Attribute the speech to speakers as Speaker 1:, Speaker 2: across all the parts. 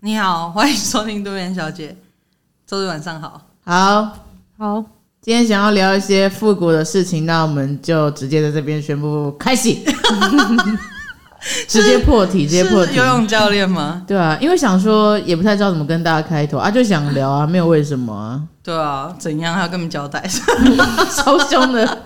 Speaker 1: 你好，欢迎收听渡边小姐。周日晚上好，
Speaker 2: 好，
Speaker 3: 好，
Speaker 2: 今天想要聊一些复古的事情，那我们就直接在这边宣布开 始，直接破题，直接破
Speaker 1: 是
Speaker 2: 题
Speaker 1: 游。泳教练吗？
Speaker 2: 对啊，因为想说也不太知道怎么跟大家开头啊，就想聊啊，没有为什 么啊，
Speaker 1: 对啊，怎样还要跟你们交代？
Speaker 2: 超凶的，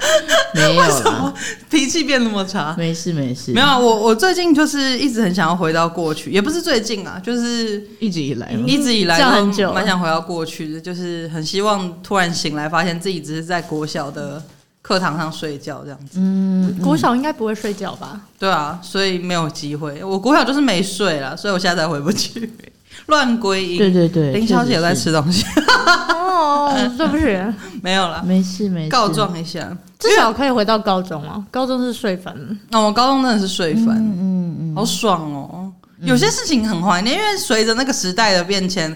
Speaker 2: 没有啦，
Speaker 1: 脾气变那么差？
Speaker 2: 没事没事
Speaker 1: 没，有啊，我我最近就是一直很想要回到过去，也不是最近啊，就是
Speaker 2: 一直以来嘛
Speaker 1: 一直以来
Speaker 3: 这样
Speaker 1: 都
Speaker 3: 很久了
Speaker 1: 蛮想回到过去的，就是很希望突然醒来，发现自己只是在国小的课堂上睡觉这样子。嗯
Speaker 3: 国小应该不会睡觉吧？
Speaker 1: 对啊，所以没有机会。我国小就是没睡了，所以我现在才回不去， 乱归
Speaker 2: 对
Speaker 1: 因。
Speaker 2: 对对，
Speaker 1: 林小姐有在
Speaker 2: 确实是，
Speaker 1: 吃东西，
Speaker 3: 哦，对不起，
Speaker 1: 没有啦，
Speaker 2: 没事没事，
Speaker 1: 告状一下。
Speaker 3: 至少可以回到高中哦。高中是睡粉，
Speaker 1: 那、我高中真的是睡翻，
Speaker 2: 嗯，嗯
Speaker 1: 好爽哦！有些事情很怀念，因为随着那个时代的变迁，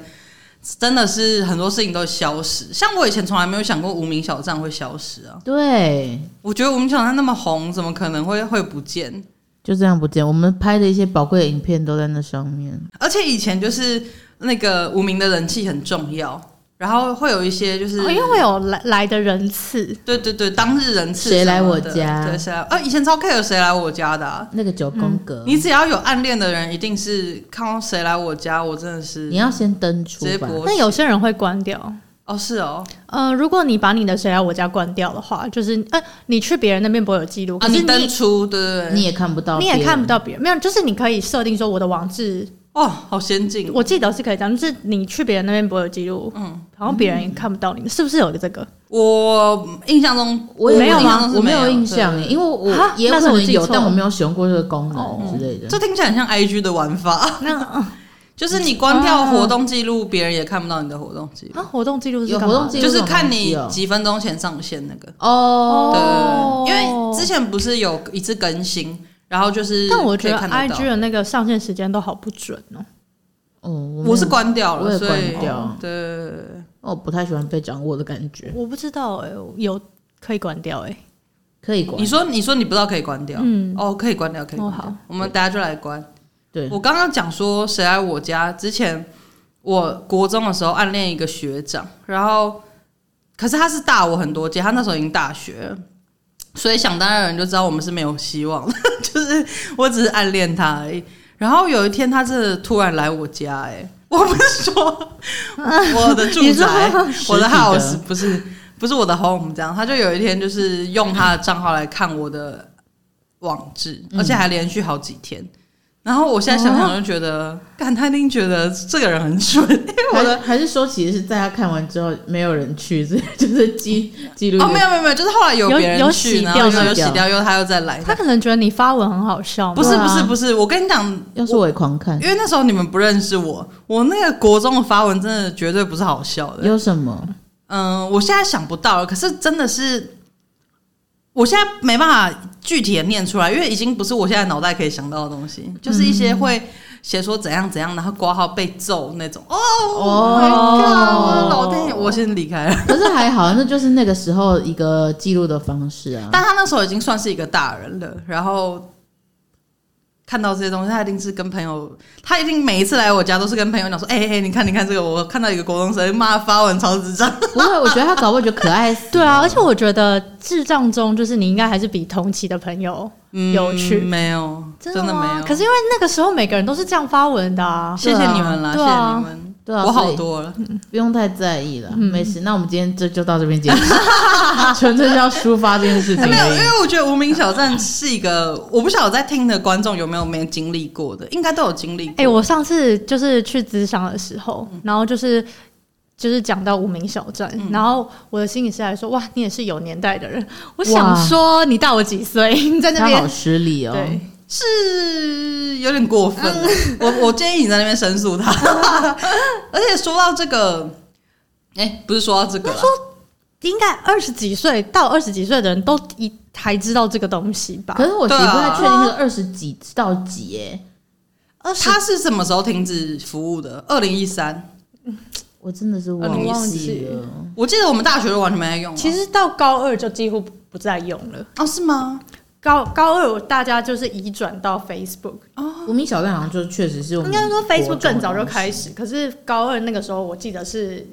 Speaker 1: 真的是很多事情都消失。像我以前从来没有想过无名小站会消失啊！
Speaker 2: 嗯，对，
Speaker 1: 我觉得无名小站那么红，怎么可能会会不见？
Speaker 2: 就这样不见，我们拍的一些宝贵的影片都在那上面，
Speaker 1: 而且以前就是那个无名的人气很重要，然后会有一些就是、
Speaker 3: 哦因为会有来来的人次，
Speaker 1: 对对对，当日人次
Speaker 2: 谁来
Speaker 1: 什么
Speaker 2: 我
Speaker 1: 的
Speaker 2: 家
Speaker 1: 对谁来？呃，以前超 care 谁来我家的啊、
Speaker 2: 那个九宫格，
Speaker 1: 嗯你只要有暗恋的人，一定是看到谁来我家，我真的是
Speaker 2: 你要先登出
Speaker 1: 直接
Speaker 2: 吧，
Speaker 1: 播。
Speaker 3: 但有些人会关掉。
Speaker 1: 哦，是哦，
Speaker 3: 呃，如果你把你的谁来我家关掉的话，就是呃，你去别人那边不会有记录，
Speaker 1: 啊，
Speaker 3: 可是
Speaker 1: 你
Speaker 3: 你
Speaker 1: 登出，对对
Speaker 2: 你
Speaker 1: 对，
Speaker 2: 也看不到，
Speaker 3: 你也看不。到别人，没有，就是你可以设定说我的网址，
Speaker 1: 哦，好先进，
Speaker 3: 我记得是可以这样，就是你去别人那边不会有记录，
Speaker 1: 嗯，
Speaker 3: 然后别人也看不到你，是不是有这个？
Speaker 1: 我印象中
Speaker 2: 我
Speaker 1: 有
Speaker 2: 没有
Speaker 1: 印象中
Speaker 2: 吗？
Speaker 1: 是
Speaker 2: 我没
Speaker 1: 有
Speaker 2: 有印象耶，因为我
Speaker 3: 哈
Speaker 2: 也有
Speaker 3: 那是
Speaker 2: 可
Speaker 3: 我
Speaker 2: 能
Speaker 3: 记
Speaker 2: 有，
Speaker 3: 错
Speaker 2: 但我
Speaker 3: 了
Speaker 2: 没有使用过这个功能之类的。
Speaker 1: 哦这听起来很像 IG 的玩法，
Speaker 3: 那
Speaker 2: 哦
Speaker 3: 啊，
Speaker 1: 就是你关掉活动记录，别人也看不到你的活动记录，
Speaker 3: 啊活动记录是
Speaker 2: 有
Speaker 3: 干
Speaker 2: 活
Speaker 3: 嘛
Speaker 2: 动
Speaker 3: 的
Speaker 2: 记录
Speaker 1: 就是
Speaker 2: 啊这种
Speaker 1: 看
Speaker 2: 东西
Speaker 1: 你
Speaker 2: 哦
Speaker 1: 几分钟前上线那个。
Speaker 2: 哦，
Speaker 3: 哦
Speaker 1: 对，因为之前不是有一次更新，然后就是
Speaker 3: 但我觉得
Speaker 1: 可以看
Speaker 3: IG
Speaker 1: 到
Speaker 3: 的那个上线时间都好不准哦。
Speaker 2: 哦，我没
Speaker 1: 我是
Speaker 2: 有
Speaker 1: 关掉
Speaker 2: 我
Speaker 1: 了，
Speaker 2: 也
Speaker 1: 所以
Speaker 2: 关掉
Speaker 1: 对对对对
Speaker 2: 我不太喜欢被掌握的感觉，
Speaker 3: 我不知道哎、有可以关掉哎、
Speaker 2: 可以
Speaker 1: 对
Speaker 2: 管
Speaker 1: 你说你说你不知道可以关掉，
Speaker 3: 嗯
Speaker 1: 哦，可以关掉，可以关掉
Speaker 3: 哦好，
Speaker 1: 我们大家就来关。
Speaker 2: 对
Speaker 1: 我刚刚讲说谁来我家之前，我国中的时候暗恋一个学长，然后可是他是大我很多届，他那时候已经大学了，所以想当然人就知道我们是没有希望的， 就是我只是暗恋他而已。然后有一天他真的突然来我家、哎，我不是说我的住
Speaker 3: 你说
Speaker 1: 宅，我的
Speaker 2: 实体的
Speaker 1: house 不是不是我的 home 这样，他就有一天就是用他的账号来看我的网志，而且还连续好几天。然后我现在想想就觉得，干、他一定觉得这个人很蠢，因为我
Speaker 2: 还
Speaker 1: 的
Speaker 2: 是还是说，其实是在他看完之后没有人去，所以 就是记记录
Speaker 1: 哦
Speaker 2: 一个
Speaker 1: 没有没有没有，就是后来有
Speaker 3: 有
Speaker 1: 别人
Speaker 3: 有
Speaker 1: 去，
Speaker 3: 洗
Speaker 1: 然后
Speaker 3: 掉
Speaker 1: 有
Speaker 2: 吗
Speaker 1: 洗掉，又他又再来。
Speaker 3: 他可能觉得你发文很好笑，
Speaker 1: 不是
Speaker 2: 对啊
Speaker 1: 不是不是，我跟你讲，
Speaker 2: 要是我也狂看
Speaker 1: 因，为那时候你们不认识我，我那个国中的发文真的绝对不是好笑的。
Speaker 2: 有什么？
Speaker 1: 嗯，我现在想不到了，可是真的是，我现在没办法具体的念出来，因为已经不是我现在脑袋可以想到的东西，就是一些会写说怎样怎样，然后挂号被揍那种。哦，
Speaker 2: 哦
Speaker 1: my god，我的老天爷，我先离开了。
Speaker 2: 可是还好，那就是那个时候一个记录的方式啊。
Speaker 1: 但他那时候已经算是一个大人了，然后。看到这些东西，他一定是跟朋友，他一定每一次来我家都是跟朋友讲说：“哎、欸、哎、你看你看这个，我看到一个国中生骂发文超智障。
Speaker 2: 不会，我觉得他搞不好觉得可 爱死。
Speaker 3: 对啊，而且我觉得智障中就是你应该还是比同期的朋友
Speaker 1: 嗯”
Speaker 3: 有趣
Speaker 1: 没有，真的没
Speaker 3: 吗
Speaker 1: 有。
Speaker 3: 可是因为那个时候每个人都是这样发文的啊，
Speaker 1: 谢谢你们啦，谢
Speaker 3: 对
Speaker 1: 谢
Speaker 3: 啊
Speaker 1: 你们。
Speaker 2: 对啊，
Speaker 1: 我
Speaker 2: 所
Speaker 1: 好
Speaker 2: 以
Speaker 1: 多嗯了。
Speaker 2: 不用太在意了，没事。那我们今天这就到这边结束， 纯粹是要抒发这件事情
Speaker 1: 没有，因
Speaker 2: 而已。
Speaker 1: 为我觉得无名小站是一个，我不晓得在听的观众有没有没经历过的，应该都有经历过。
Speaker 3: 哎、我上次就是去咨商的时候，然后就是就是讲到无名小站，然后我的心理师还说：“哇，你也是有年代的人。”我想说，你大我几岁？ 你在那
Speaker 2: 他好
Speaker 3: 边
Speaker 2: 失礼哦，
Speaker 3: 对，
Speaker 1: 是有点过分。
Speaker 3: 嗯
Speaker 1: 我我建议你在那边申诉 他。而且说到这个，哎、不是说到这个啦，
Speaker 3: 应该二十几岁到二十几岁的人都一还知道这个东西吧
Speaker 2: 可？是我其实
Speaker 1: 对
Speaker 2: 不
Speaker 1: 啊
Speaker 2: 太确定那个二十几到几哎耶，
Speaker 3: 二十
Speaker 1: 他是什么时候停止服务的？二零一三，
Speaker 2: 我真的是
Speaker 1: 啊你
Speaker 2: 忘
Speaker 3: 忘
Speaker 2: 记
Speaker 3: 记
Speaker 2: 了。
Speaker 1: 我记得我们大学都完全没在用啊。
Speaker 3: 其实到高二就几乎不再用了。
Speaker 1: 哦，是吗？
Speaker 3: 高高二我大家就是移转到 Facebook，
Speaker 2: 无名小站好像就确实是我们
Speaker 3: 应该说 Facebook 更早就开
Speaker 2: 始，
Speaker 3: 始，可是高二那个时候我记得是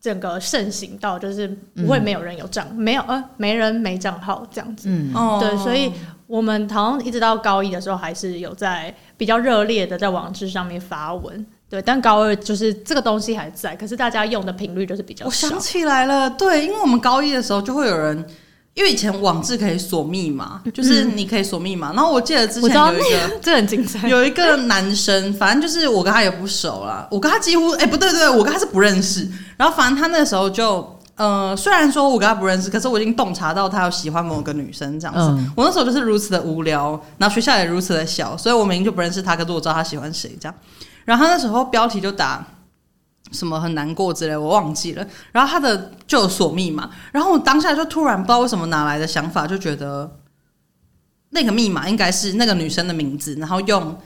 Speaker 3: 整个盛行到就是不
Speaker 1: 嗯
Speaker 3: 会没有人有账，没有呃没人没账号这样子。
Speaker 2: 嗯，
Speaker 1: 哦
Speaker 3: 对，所以我们好像一直到高一的时候，还是有在比较热烈的在网志上面发文。对，但高二就是这个东西还在，可是大家用的频率就是比较
Speaker 1: 我
Speaker 3: 少
Speaker 1: 想。起来了，对，因为我们高一的时候就会有人，因为以前网志可以锁密码，就是你可以锁密码。然后我记得之
Speaker 3: 嗯我
Speaker 1: 前
Speaker 3: 知道
Speaker 1: 有一个。
Speaker 3: 这很精彩。
Speaker 1: 有一个男生，反正就是我跟他也不熟啦，我跟他几乎哎、不对不对，我跟他是不认识。然后反正他那时候就呃，虽然说我跟他不认识，可是我已经洞察到他有喜欢某个女生这样子。
Speaker 2: 嗯
Speaker 1: 我那时候就是如此的无聊，然后学校也如此的小，所以我明明就不认识他，可是我知道他喜欢谁这样。然后他那时候标题就打。什么很难过之类，我忘记了。然后他的就有锁密码，然后我当下就突然不知道为什么哪来的想法，就觉得那个密码应该是那个女生的名字，然后用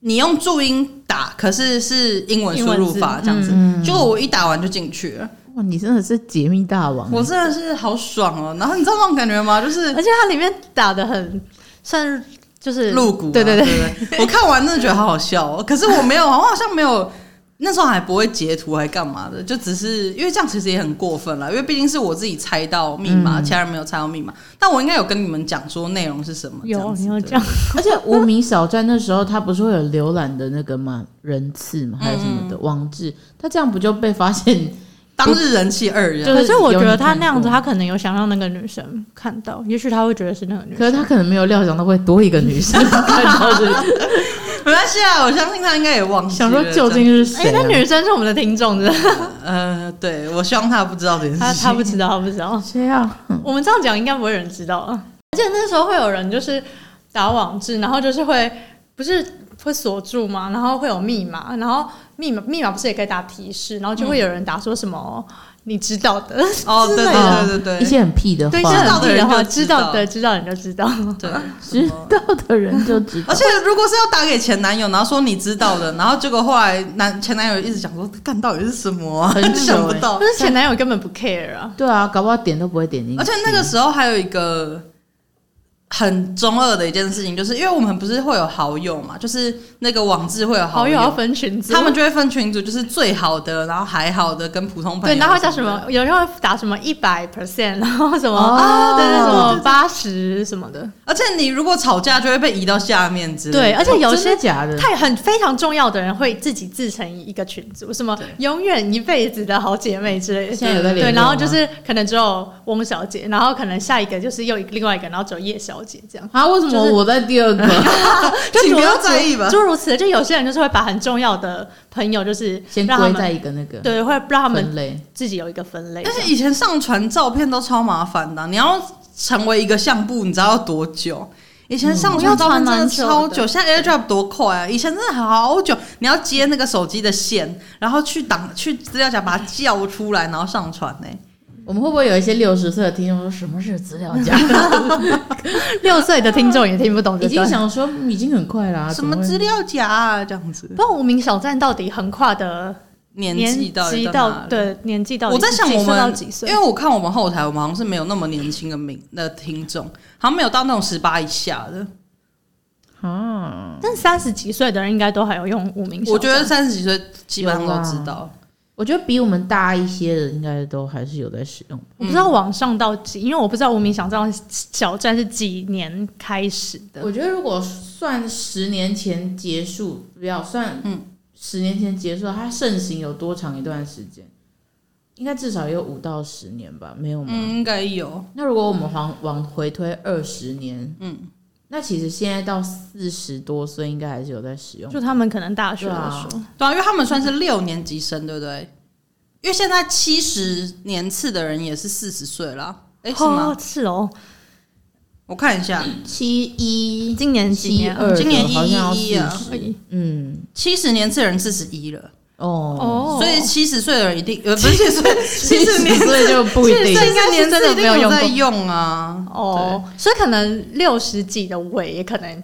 Speaker 1: 你用注音打，可是是英文输入法这样
Speaker 2: 嗯
Speaker 1: 子。结果我一打完就进去了，
Speaker 2: 哇，你真的是解密大王，
Speaker 1: 我真的是好爽哦、然后你知道那种感觉吗？就是
Speaker 3: 而且它里面打的很算是就是
Speaker 1: 露骨啊、
Speaker 3: 对对
Speaker 1: 对
Speaker 3: 对，
Speaker 1: 不 对，我看完真的觉得好好笑哦、可是我没有，我好像没有。那时候还不会截图，还干嘛的？就只是因为这样，其实也很过分了。因为毕竟是我自己猜到密码，
Speaker 3: 嗯
Speaker 1: 其他人没有猜到密码。但我应该有跟你们讲说内容是什么。这
Speaker 3: 有
Speaker 1: 样子
Speaker 3: 你有
Speaker 1: 对
Speaker 3: 讲，
Speaker 2: 而且无名小站那时候，它不是会有浏览的那个嘛人次
Speaker 3: 嗯
Speaker 2: 嘛，还有什么的网址，它这样不就被发现？
Speaker 1: 当日人气二人，
Speaker 2: 就是
Speaker 3: 可是我觉得他那样子，
Speaker 2: 有你看过
Speaker 3: 他可能有想让那个女生看到，也许他会觉得是那个女
Speaker 2: 可是
Speaker 3: 生。
Speaker 2: 他可能没有料想到会多一个女生看到这 个，
Speaker 1: 没关系啊，我相信他应该也忘记
Speaker 2: 想
Speaker 1: 了。
Speaker 2: 说究竟是谁、
Speaker 3: 哎，
Speaker 2: 啊？
Speaker 3: 那女生是我们的听众，真的，
Speaker 1: 呃，对，我希望他不知道这件事情。
Speaker 3: 他他不知道，他不知道。
Speaker 2: 谁啊？
Speaker 3: 我们这样讲应该不会有人知道啊。而且那时候会有人就是打网志，然后就是会不是会锁住嘛，然后会有密码，然后密码密码不是也可以打提示，然后就会有人打说什么、你知道的，
Speaker 1: 哦，对
Speaker 3: 之类
Speaker 1: 对
Speaker 2: 的
Speaker 1: 对
Speaker 2: 一
Speaker 1: 对对
Speaker 2: 些很屁的
Speaker 3: 对，
Speaker 2: 话，
Speaker 1: 知道的人就知道
Speaker 3: 知道的知道的人就知道。
Speaker 1: 对，
Speaker 2: 知道的人就知道
Speaker 1: 而。且如果是要打给前男友，然后说你知道的，然后结果后来男前男友一直想说干到底是什么、啊，
Speaker 2: 很 久
Speaker 1: 想不
Speaker 2: 欸
Speaker 1: 到
Speaker 3: 可。是前男友根本不 care 啊，
Speaker 2: 对啊，搞不好点都不会点进去。
Speaker 1: 而且那个时候还有一个很中二的一件事情，就是因为我们不是会有好友嘛，就是那个网志会有
Speaker 3: 好友
Speaker 1: 友，
Speaker 3: 要分群组，
Speaker 1: 他们就会分群组，就是最好的，然后还好的跟普通朋友
Speaker 3: 对，然后叫
Speaker 1: 什
Speaker 3: 什
Speaker 1: 么的
Speaker 3: 么，有时候打什么一百 percent，然后什么、
Speaker 2: 哦
Speaker 3: 啊，对对，什
Speaker 2: 对
Speaker 3: 么八十什么的，
Speaker 1: 而且你如果吵架就会被移到下面之类的。
Speaker 3: 对，而且
Speaker 2: 哦
Speaker 3: 有些
Speaker 2: 真的假的，
Speaker 3: 太很非常重要的人会自己自成一个群组，什么永远一辈子的好姐妹之类的。
Speaker 2: 现在有在联络
Speaker 3: 对，然后就
Speaker 2: 吗
Speaker 3: 是可能只有翁小姐，然后可能下一个就是又一个另外一个，然后只有叶小姐 这样。
Speaker 2: 啊，为什么
Speaker 3: 就是
Speaker 2: 我在第二 个？
Speaker 3: 就
Speaker 1: 请
Speaker 3: 诸
Speaker 1: 不要
Speaker 3: 如此
Speaker 1: 在意吧
Speaker 3: 诸如此类，就有些人就是会把很重要的朋友，就是
Speaker 2: 先
Speaker 3: 让他
Speaker 2: 归
Speaker 3: 们
Speaker 2: 在一个那个
Speaker 3: 对，会让他们
Speaker 2: 分类。
Speaker 3: 自己有一个分类这
Speaker 1: 但
Speaker 3: 样。
Speaker 1: 是以前上传照片都超麻烦的啊、你要成为一个相簿，你知道要多久？以前上传照片真的啊超久，
Speaker 3: 嗯
Speaker 1: 现在 AirDrop 多快啊！以前真的好久，你要接那个手机的线，然后去档去资料夹把它叫出来，然后上传呢、
Speaker 2: 我们会不会有一些六十岁的听众说什么是资料 夹？
Speaker 3: 六岁的听众也听不懂这
Speaker 2: 已经
Speaker 3: 段。
Speaker 2: 想说嗯已经很快啦、
Speaker 1: 什么资
Speaker 2: 料？
Speaker 1: 料夹啊，这样子
Speaker 3: 不。知道无名小站到底横跨的
Speaker 1: 年
Speaker 3: 年
Speaker 1: 纪到底在哪
Speaker 3: 到
Speaker 1: 里？
Speaker 3: 对年纪到底
Speaker 1: 我在想
Speaker 3: 几
Speaker 1: 我
Speaker 3: 岁到
Speaker 1: 们
Speaker 3: 几，岁
Speaker 1: 因为？我看我们后台，我们好像是没有那么年轻的名的听众，好像没有到那种十八以下的。
Speaker 2: 啊，
Speaker 3: 但三十几岁的人应该都还有用无名小站。
Speaker 1: 我觉得三十几岁基本上
Speaker 2: 有啦
Speaker 1: 都知道。
Speaker 2: 我觉得比我们大一些的应该都还是有在使用。
Speaker 3: 我不知道网上到几，因为我不知道无名小站小站是几年开始的。
Speaker 2: 我觉得如果算十年前结束，不要算，
Speaker 1: 嗯
Speaker 2: 嗯，十年前结束，它盛行有多长一段时间？应该至少有五到十年吧，没有吗？
Speaker 1: 嗯，应该有。
Speaker 2: 那如果我们往往回推二十年，嗯，那其实现在到四十多岁，应该还是有在使用。
Speaker 3: 就他们可能大学的时候，
Speaker 1: 对啊，因为他们算是六年级生，对不对？因为现在七十年次的人也是四十岁了，哎、是吗
Speaker 3: 哦？，嗯是哦，
Speaker 1: 我看一下，
Speaker 2: 七一
Speaker 3: 今年几
Speaker 2: 七
Speaker 3: 年啊
Speaker 2: 二，
Speaker 1: 今年
Speaker 2: 好像要
Speaker 1: 111啊
Speaker 2: 40嗯，
Speaker 1: 七十年次的人四十一了，
Speaker 2: 哦，
Speaker 3: 哦，
Speaker 1: 所以七十岁的人一定呃不是七十岁，七十 年
Speaker 2: 所以就不一定。
Speaker 1: 应该
Speaker 3: 真的
Speaker 1: 一定
Speaker 3: 没有用过
Speaker 1: 在用啊。
Speaker 3: 哦，所以可能六十几的尾也可能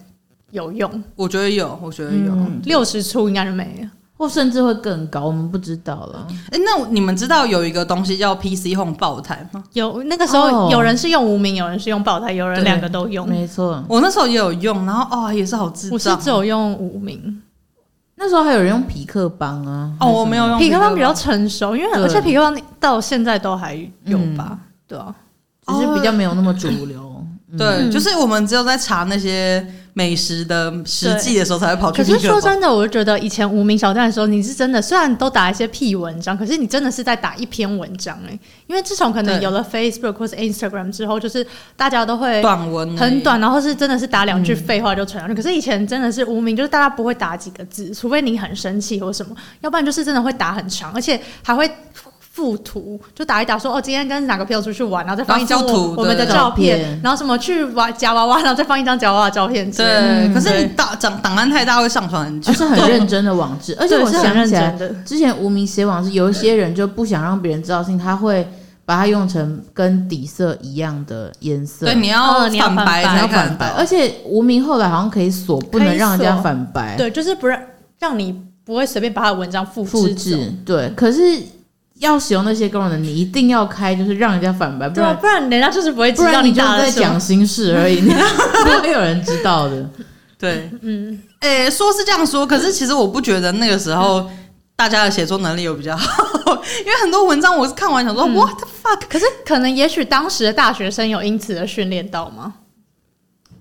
Speaker 3: 有用，
Speaker 1: 我觉得有，我觉得有。
Speaker 2: 嗯
Speaker 3: 六十出应该就没了。
Speaker 2: 或甚至会更高，我们不知道了。
Speaker 1: 哎、那你们知道有一个东西叫 PC Home 爆胎吗？
Speaker 3: 有那个时
Speaker 2: 哦
Speaker 3: 候有人是用无名，有人是用爆胎，有人
Speaker 2: 对
Speaker 3: 两个都用。
Speaker 2: 没错，
Speaker 1: 我那时候也有用，然后哦也是好智
Speaker 3: 我是
Speaker 1: 障
Speaker 3: 只有用无名，
Speaker 2: 那时候还有人用匹克邦啊。
Speaker 1: 哦，我没有用
Speaker 3: 匹克邦比较成熟，因为
Speaker 2: 对
Speaker 3: 而且匹克邦到现在都还有吧？对啊，
Speaker 2: 还是什么，只是比较没有那么主流。嗯
Speaker 1: 对，
Speaker 3: 嗯
Speaker 1: 就是我们只有在查那些美食的实际的时候，才会跑去
Speaker 3: 可
Speaker 1: 皮
Speaker 3: 是
Speaker 1: 克
Speaker 3: 说
Speaker 1: 邦。
Speaker 3: 真的，我就觉得以前无名小站的时候，你是真的虽然都打一些屁文章，可是你真的是在打一篇文章哎、因为自从可能
Speaker 1: 对
Speaker 3: 有了 Facebook 或是 Instagram 之后，就是大家都会
Speaker 1: 短文而已
Speaker 3: 很，短，然后是真的是打
Speaker 1: 嗯
Speaker 3: 两句废话就传上去。可是以前真的是无名，就是大家不会打几个字，除非你很生气或什么，要不然就是真的会打很长，而且还会附图，就打一打说哦，今天跟哪个朋友出去玩，然后再放一张
Speaker 1: 然后附
Speaker 3: 我
Speaker 1: 图
Speaker 3: 我们的
Speaker 1: 对
Speaker 3: 照
Speaker 2: 照片
Speaker 3: 片，然后什么去玩夹娃娃，然后再放一张夹娃娃的照片之类的。
Speaker 1: 对。
Speaker 2: 嗯
Speaker 1: 可是你档档档案太大，会上传很久
Speaker 2: 哦而。是很认真的网志，而且
Speaker 3: 对
Speaker 2: 我
Speaker 3: 是很
Speaker 2: 想
Speaker 3: 认
Speaker 2: 起来
Speaker 3: 真，的，
Speaker 2: 之前无名写网是有一些人就不想让别人知道性，他会把它用成跟底色一样的颜色，
Speaker 1: 对，你要
Speaker 3: 哦你要
Speaker 1: 反白
Speaker 3: 反白
Speaker 1: 才
Speaker 2: 要
Speaker 1: 看
Speaker 2: 反
Speaker 1: 得
Speaker 2: 白。
Speaker 1: 到
Speaker 2: 而且无名后来好像可以锁，不能让人家反白，
Speaker 3: 对，就是不让让你不会随便把他的文章复
Speaker 2: 复
Speaker 3: 制走。
Speaker 2: 制对。可是要使用那些功能，你一定要开，就是让人家反白，不
Speaker 3: 对啊，
Speaker 2: 然
Speaker 3: 不然人家就是不会
Speaker 2: 不
Speaker 3: 知道
Speaker 2: 然你就是
Speaker 3: 打了
Speaker 2: 在
Speaker 3: 什么
Speaker 2: 讲。心事而已，你不会有人知道的。
Speaker 1: 对，
Speaker 3: 嗯，
Speaker 1: 诶、说是这样说，可是其实我不觉得那个时候大家的写作能力有比较好， 因为很多文章我是看完想说、
Speaker 3: 嗯
Speaker 1: what the fuck，
Speaker 3: 可是可能也许当时的大学生有因此而训练到吗？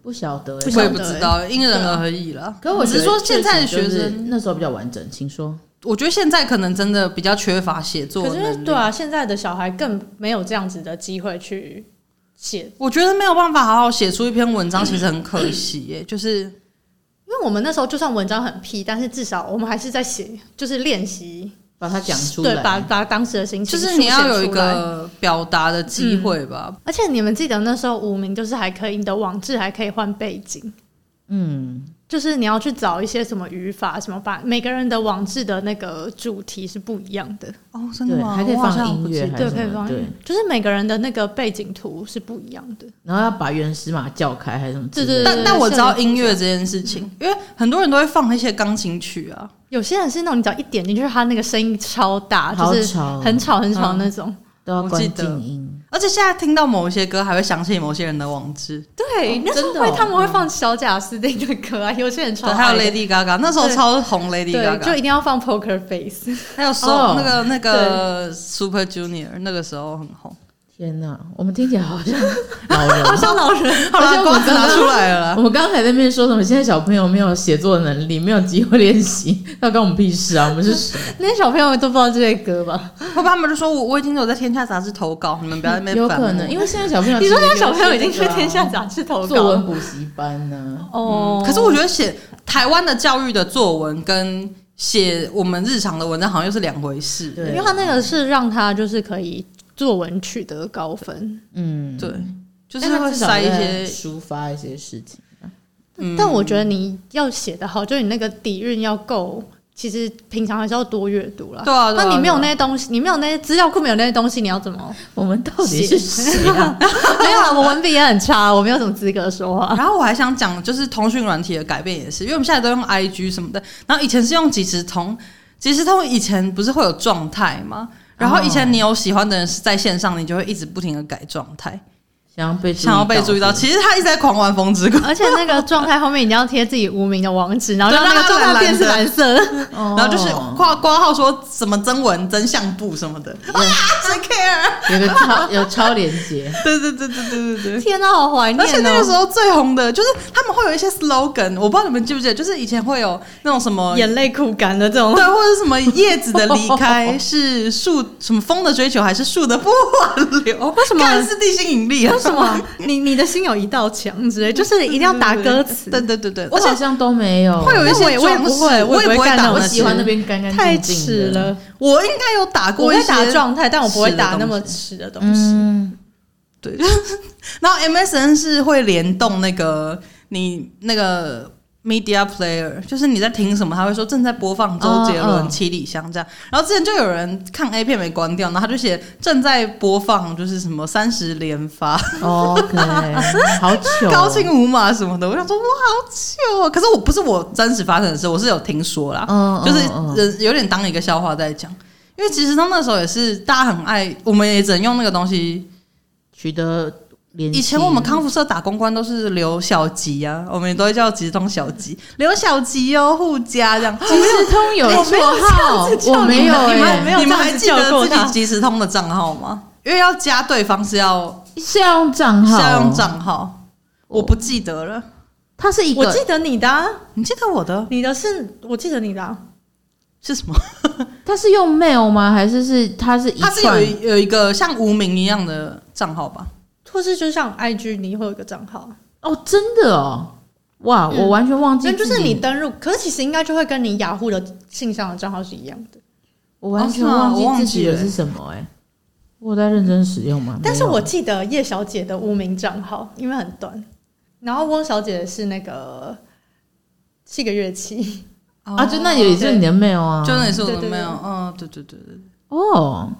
Speaker 2: 不晓得欸、啊
Speaker 3: 不
Speaker 1: 我
Speaker 3: 晓
Speaker 1: 也
Speaker 3: 得
Speaker 1: 不知道，因人而异了。
Speaker 2: 可我
Speaker 1: 只
Speaker 2: 觉得
Speaker 1: 是说现在的
Speaker 2: 确
Speaker 1: 学
Speaker 2: 实就是
Speaker 1: 生，
Speaker 2: 那时候比较完整，请说。
Speaker 1: 我觉得现在可能真的比较缺乏写作
Speaker 3: 可
Speaker 1: 能力。
Speaker 3: 是对啊，现在的小孩更没有这样子的机会去写，
Speaker 1: 我觉得没有办法好好写出一篇文章，其实很可惜耶。就是
Speaker 3: 因为我们那时候就算文章很屁，但是至少我们还是在写，就是练习，
Speaker 2: 把它讲出来，
Speaker 3: 对，把把当时的心
Speaker 1: 就
Speaker 3: 情
Speaker 1: 是你要有一
Speaker 3: 书写出来。
Speaker 1: 个表达的机会吧。
Speaker 3: 而且你们记得那时候无名就是还可以，你的网志还可以换背景，
Speaker 2: 嗯，
Speaker 3: 就是你要去找一些什么语法，什么把每个人的网志的那个主题是不一样的，
Speaker 1: 哦，真的
Speaker 2: 对，
Speaker 1: 吗？
Speaker 2: 还可以
Speaker 1: 我好
Speaker 2: 放
Speaker 1: 像
Speaker 2: 音
Speaker 1: 不知
Speaker 2: 乐，
Speaker 1: 道
Speaker 2: 还
Speaker 3: 对，
Speaker 2: 是
Speaker 3: 可以
Speaker 2: 什么
Speaker 3: 放
Speaker 2: 对，，
Speaker 3: 就是每个人的那个背景图是不一样的。
Speaker 2: 然后要把原始码叫开还是什么之类的？
Speaker 3: 对对
Speaker 1: 但
Speaker 3: 对
Speaker 1: 但我
Speaker 3: 是
Speaker 1: 知道
Speaker 3: 有
Speaker 1: 音乐这件事情，因为很多人都会放一些钢琴曲啊。
Speaker 3: 有些人是那种你只要一点进去，他那个声音超大，
Speaker 2: 好
Speaker 3: 就是
Speaker 2: 吵，
Speaker 3: 很吵很吵的那种。
Speaker 2: 都要
Speaker 1: 我
Speaker 2: 关
Speaker 1: 记得
Speaker 2: 静音。
Speaker 1: 而且现在听到某一些歌，还会想起某些人的往事。
Speaker 3: 对，
Speaker 2: 哦
Speaker 3: 那时
Speaker 2: 真
Speaker 3: 候
Speaker 2: 的
Speaker 3: 会、
Speaker 2: 哦
Speaker 3: 他们会放小贾斯汀的歌啊，有些人超
Speaker 1: 对，还有
Speaker 3: 爱的
Speaker 1: Lady Gaga，那时候
Speaker 3: 对
Speaker 1: 超红 Lady
Speaker 3: 对，就
Speaker 1: Gaga，
Speaker 3: 一定要放 Poker Face。
Speaker 1: 还有说
Speaker 2: 哦
Speaker 1: 那个那个 Super Junior，那个时候很红。
Speaker 2: 天哪，我们听起来好像老人。
Speaker 3: 好像老人，
Speaker 1: 好
Speaker 2: 好
Speaker 1: 了，
Speaker 2: 像我
Speaker 1: 瓜子
Speaker 2: 刚
Speaker 1: 拿
Speaker 2: 刚
Speaker 1: 出来 了啦。
Speaker 2: 我们刚才在那边说什么？现在小朋友没有写作能力，没有机会练习，那关我们屁事啊！我们是谁？
Speaker 3: 那些小朋友都不知道这些歌吧？
Speaker 1: 后爸们就说我我已经有在《天下杂志》投稿，你们不要在那边
Speaker 2: 有
Speaker 1: 烦我
Speaker 2: 可能，因为现在小朋友
Speaker 3: 你说
Speaker 2: 其实
Speaker 3: 那
Speaker 2: 没有
Speaker 3: 小朋友已
Speaker 2: 这
Speaker 3: 经
Speaker 2: 个
Speaker 3: 去
Speaker 2: 啊
Speaker 3: 天下杂志投
Speaker 2: 作
Speaker 3: 稿
Speaker 2: 文
Speaker 3: 了
Speaker 2: 补习班呢？
Speaker 3: 哦、
Speaker 1: 嗯可是我觉得写台湾的教育的作文跟写我们日常的文章好像又是两回事。
Speaker 2: 对
Speaker 3: 因为他那个是让他就是可以作文取得高分，
Speaker 2: 嗯，
Speaker 1: 对，，就
Speaker 2: 就是
Speaker 1: 会塞一些。
Speaker 2: 抒发一些事情。
Speaker 1: 嗯
Speaker 3: 但我觉得你要写得好，就是你那个底蕴要够。其实平常还是要多阅读啦。
Speaker 1: 对啊对啊
Speaker 3: 那你没有
Speaker 1: 对啊
Speaker 3: 那些东西，你没有那些资料库，没有那些东西，你要怎么？
Speaker 2: 我们到底是谁啊？
Speaker 3: 没有啊，我文笔也很差，我没有什么资格说话。
Speaker 1: 然后我还想讲，就是通讯软体的改变也是，因为我们现在都用 IG 什么的，然后以前是用即时通，即时通以前不是会有状态吗？然后以前你有喜欢的人是在线上，你就会一直不停的改状态，
Speaker 2: 想要被
Speaker 1: 想要被哦注意到。
Speaker 2: 是不是
Speaker 1: 其实他一直在狂玩风之谷，
Speaker 3: 而且那个状态后面你要贴自己无名的网址，然后
Speaker 1: 对
Speaker 3: 让那个状态变是蓝色的。
Speaker 2: 然
Speaker 1: 然后就是挂挂号说什么真文真相簿什么 的，哇，谁 care？
Speaker 2: 有个超有超连 接，
Speaker 1: 对对对对对对对。
Speaker 3: 天哪，好怀念、哦！
Speaker 1: 而且那个时候最红的就是他们会有一些 slogan，我不知道你们记不记得，就是以前会有那种什么。
Speaker 3: 眼泪哭干的这种
Speaker 1: 对，，或者是什么叶子的离开是树什么风的追求，还是树的不挽留？
Speaker 3: 为什么
Speaker 1: 看似地心引力啊？
Speaker 3: 为什么你你的心有一道墙之类，就是一定要打歌词。
Speaker 1: 对对对对，
Speaker 2: 我
Speaker 1: 而
Speaker 2: 好
Speaker 1: 且
Speaker 2: 像都没有。
Speaker 1: 会有一
Speaker 3: 但我
Speaker 1: 些
Speaker 3: 也我也
Speaker 1: 装
Speaker 3: 不
Speaker 1: 饰，
Speaker 3: 会我也
Speaker 1: 也
Speaker 3: 不会
Speaker 1: 打
Speaker 3: 干那
Speaker 1: 那
Speaker 3: 种
Speaker 2: 我
Speaker 1: 种
Speaker 2: 喜啊欢那边干干净净的
Speaker 3: 太迟。了，
Speaker 1: 我应该有打
Speaker 3: 我
Speaker 1: 过一
Speaker 3: 会
Speaker 1: 些
Speaker 3: 打状态，但我不会打那么
Speaker 1: 吃的东西
Speaker 3: 迟的东西。
Speaker 2: 嗯，
Speaker 1: 对，然后 MSN 是会联动那个你那个 media player，就是你在听什么，他会说正在播放周杰
Speaker 2: 哦
Speaker 1: 伦
Speaker 3: 嗯
Speaker 2: 哦
Speaker 1: 《七里香》这样。然后之前就有人看 A 片没关掉，然后他就写正在播放，就是什么三十连发、
Speaker 2: OK，好 糗哦，
Speaker 1: 高清无码什么的。我想说哇，好糗哦！可是我不是我真实发生的事，我是有听说啦，
Speaker 2: 嗯，嗯，
Speaker 1: 就是
Speaker 2: 嗯嗯
Speaker 1: 人有点当一个笑话在讲。因为其实他那时候也是大家很爱，我们也只能用那个东西
Speaker 2: 取得联系。
Speaker 1: 以前我们康复社打公关都是留小吉啊，我们也都会叫直通小吉，留小吉哦，护家这样。
Speaker 2: 即时通有绰号，我啊没有
Speaker 3: 你们
Speaker 2: 哎，
Speaker 3: 没有
Speaker 1: 你们还
Speaker 3: 这样子
Speaker 1: 记得
Speaker 3: 叫过
Speaker 1: 自己
Speaker 3: 他
Speaker 1: 即时通的账号吗？因为要加对方是要
Speaker 2: 是要用账
Speaker 1: 是
Speaker 2: 号，
Speaker 1: 要用，账号，我不记得了。
Speaker 2: 它是一
Speaker 3: 我
Speaker 2: 个
Speaker 3: 记，得你的、啊，
Speaker 1: 你记得我的
Speaker 3: 你的是我记得你的、啊，
Speaker 1: 是什么？
Speaker 2: 它是用 mail 吗？还是是它是一
Speaker 1: 它是有
Speaker 2: 串？
Speaker 1: 一有一个像无名一样的账号吧？
Speaker 3: 或是就像 IG 你会有一个账号，
Speaker 2: 哦，真的哦，哇，
Speaker 3: 嗯
Speaker 2: 我完全忘记
Speaker 3: 那
Speaker 2: 自己，
Speaker 3: 就是你登入，可是其实应该就会跟你雅虎的信箱的账号是一样的。
Speaker 2: 我完全
Speaker 1: 哦是吗我忘
Speaker 2: 记自
Speaker 1: 记
Speaker 2: 己
Speaker 1: 了
Speaker 2: 的是什么哎，我有在认真使用吗？
Speaker 3: 但是
Speaker 2: 没有啊
Speaker 3: 我记得叶小姐的无名账号，因为很短。然后翁小姐是那个是一个乐器，
Speaker 2: 啊，就那也是你的 mail 啊，
Speaker 1: 就那也是我的
Speaker 3: 哦对对对
Speaker 1: mail，嗯，对对对对，对
Speaker 2: 哦，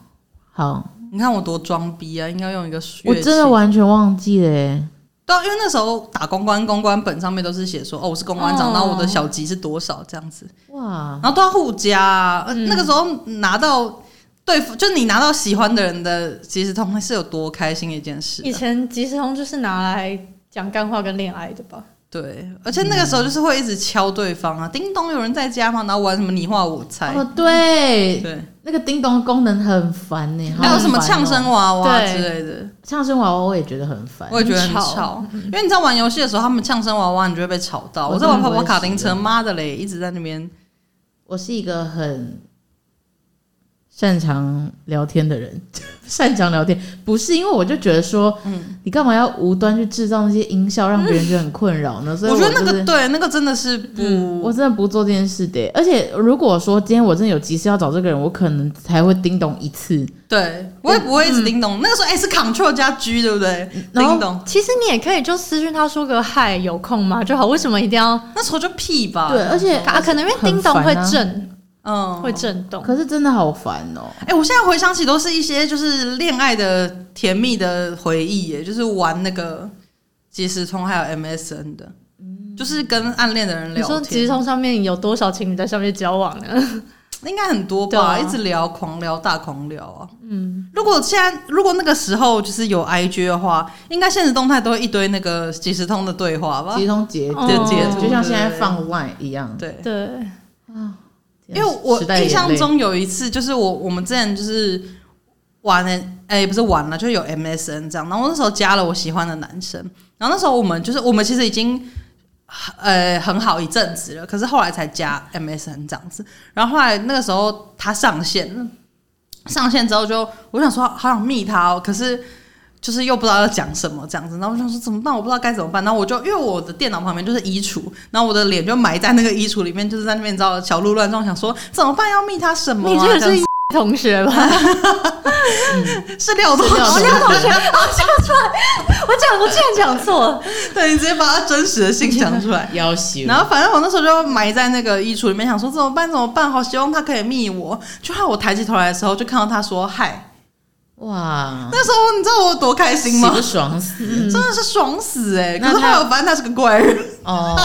Speaker 2: 好，
Speaker 1: 你看我多装逼啊，应该用一个
Speaker 2: 我
Speaker 1: 乐
Speaker 2: 真的
Speaker 1: 器
Speaker 2: 完全忘记了哎。
Speaker 1: 对啊，因为那时候打公关，公关本上面都是写说，哦，我是公关长，
Speaker 2: 哦
Speaker 1: 然后我的小级是多少这样子，
Speaker 2: 哇
Speaker 1: 然，后都要互加啊。呃
Speaker 3: 哦嗯
Speaker 1: 那个时候拿到对付，就你拿到喜欢的人的即时通，是有多开心的一件事啊、
Speaker 3: 以前即时通就是拿来讲干话跟恋爱的吧？
Speaker 1: 对，而且那个时候就是会一直敲对方
Speaker 3: 嗯
Speaker 1: 啊，叮咚，有人在家吗？然后玩什么你画我猜，
Speaker 2: 哦对，
Speaker 1: 对，
Speaker 2: 那个叮咚功能很烦呢，好
Speaker 1: 还有什么
Speaker 2: 烦哦
Speaker 1: 呛声娃娃
Speaker 3: 对
Speaker 1: 之类的，
Speaker 2: 呛声娃娃，我也觉得很烦。
Speaker 1: 我也觉得很
Speaker 3: 很
Speaker 1: 吵
Speaker 3: 吵。
Speaker 1: 因为你在玩游戏的时候，他们呛声娃娃，你就会被吵到。
Speaker 2: 我
Speaker 1: 我在玩
Speaker 2: 真
Speaker 1: 跑
Speaker 2: 的不
Speaker 1: 跑
Speaker 2: 会
Speaker 1: 卡丁
Speaker 2: 使
Speaker 1: 车，
Speaker 2: 用
Speaker 1: 妈的嘞，一直在那边。
Speaker 2: 我是一个很擅长聊天的人， 擅长聊天不是因为我就觉得说，嗯，你干嘛要无端去制造那些音效，让别人觉得很困 扰呢？所以
Speaker 1: 我觉得
Speaker 2: 就
Speaker 1: 那
Speaker 2: 是嗯
Speaker 1: 个对，那个真的是不。
Speaker 2: 我真的不做这件事的。而且如果说今天我真的有急事要找这个人，我可能才会叮咚一次。
Speaker 1: 对，我也不会一直叮咚。那个时候，哎、是 Ctrl 加 G，对不对？
Speaker 2: 嗯然后
Speaker 1: 叮咚，
Speaker 3: 其实你也可以就私讯他说个嗨，有空吗就好。为什么一定要
Speaker 1: 那时候就屁吧。
Speaker 2: 对，，而且
Speaker 3: 啊？可能因为叮咚会震，
Speaker 1: 嗯，
Speaker 3: 会。震动。
Speaker 2: 可是真的好烦哦、
Speaker 1: 哎、我现在回想起都是一些就是恋爱的甜蜜的回忆，耶，就是玩那个即时通还有 MSN 的，
Speaker 2: 嗯
Speaker 1: 就是跟暗恋的人
Speaker 3: 你说
Speaker 1: 聊
Speaker 3: 即时
Speaker 1: 天，
Speaker 3: 通上面有多少情侣在上面交往呢？
Speaker 1: 应该很多
Speaker 3: 对
Speaker 1: 吧，
Speaker 3: 啊
Speaker 1: 一直聊，狂聊，大狂聊啊。
Speaker 3: 嗯，
Speaker 1: 如果现在如果那个时候就是有 IG 的话，应该现实动态都会一堆那个即时通的对话吧
Speaker 2: 集？中截图，
Speaker 3: 哦截图
Speaker 2: 就像现在
Speaker 1: 对
Speaker 2: 放 Line 一样。
Speaker 1: 对。
Speaker 3: 对，
Speaker 2: 啊，
Speaker 1: 因为我
Speaker 2: 时代的
Speaker 1: 印
Speaker 2: 眼
Speaker 1: 象
Speaker 2: 泪
Speaker 1: 中有一次，就是我我们之前就是玩的，哎、不是玩了，就是有 MSN 这样。然后那时候加了我喜欢的男生，然后那时候我们就是我们其实已经呃很好一阵子了，可是后来才加 MSN 这样子。然后后来那个时候他上线了，上线之后就我想说好想密他哦，可是。就是又不知道要讲什么这样子，然后我想说怎么办？我不知道该怎么办。然后我就因为我的电脑旁边就是衣橱，然后我的脸就埋在那个衣橱里面，就是在那边你知道小鹿乱撞，想说怎么办？要密他什么、啊？
Speaker 3: 你这个
Speaker 1: 这样
Speaker 3: 是同学吧？
Speaker 1: 子是廖同
Speaker 2: 廖
Speaker 1: 学，
Speaker 2: 同
Speaker 3: 同学，啊，讲出来，我讲，我竟然讲错了。
Speaker 1: 对你直接把他真实的姓讲出来。
Speaker 2: 要挟
Speaker 1: 然后反正我那时候就埋在那个衣橱里面，想说怎么办？怎么办？好希望他可以密我。就害我抬起头来的时候，就看到他说嗨。
Speaker 2: 哇，
Speaker 1: 那时候你知道我有多开心吗嗯
Speaker 2: 喜不？爽死
Speaker 1: 真的是爽死哎、可
Speaker 2: 那
Speaker 1: 是后
Speaker 2: 他
Speaker 1: 来我发现他是个怪人，
Speaker 2: 哦！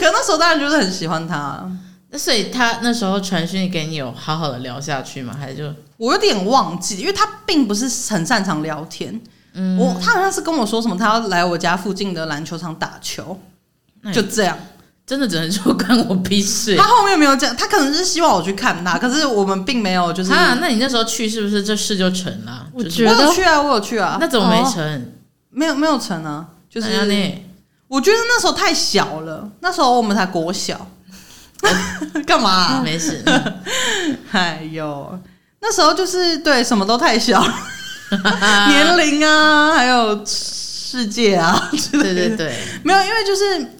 Speaker 1: 可那时候当然就是很喜欢他。
Speaker 2: 那所以他那时候传讯给你有好好的聊下去吗？还是就
Speaker 1: 我有点忘记，因为他并不是很擅长聊天。
Speaker 2: 嗯
Speaker 1: 我他好像是跟我说什么，他要来我家附近的篮球场打球，
Speaker 2: 那也
Speaker 1: 就这样。
Speaker 2: 真的只能说关我屁事
Speaker 1: 他后面没有讲，他可能是希望我去看他，可是我们并没有就是。
Speaker 2: 啊？那你那时候去是不是这事就成了？
Speaker 3: 我
Speaker 2: 就是
Speaker 1: 我
Speaker 3: 觉得
Speaker 1: 有去啊，我有去啊，
Speaker 2: 那怎么没成？
Speaker 1: 没有没有成啊，就
Speaker 2: 怎样
Speaker 1: 是
Speaker 2: 呢？
Speaker 1: 我觉得那时候太小了，那时候我们才国小，
Speaker 2: 哦
Speaker 1: 干嘛啊、
Speaker 2: 没事，
Speaker 1: 哎呦，那时候就是对什么都太小，年龄啊，还有世界啊之类的。
Speaker 2: 对对对，
Speaker 1: 没有，因为就是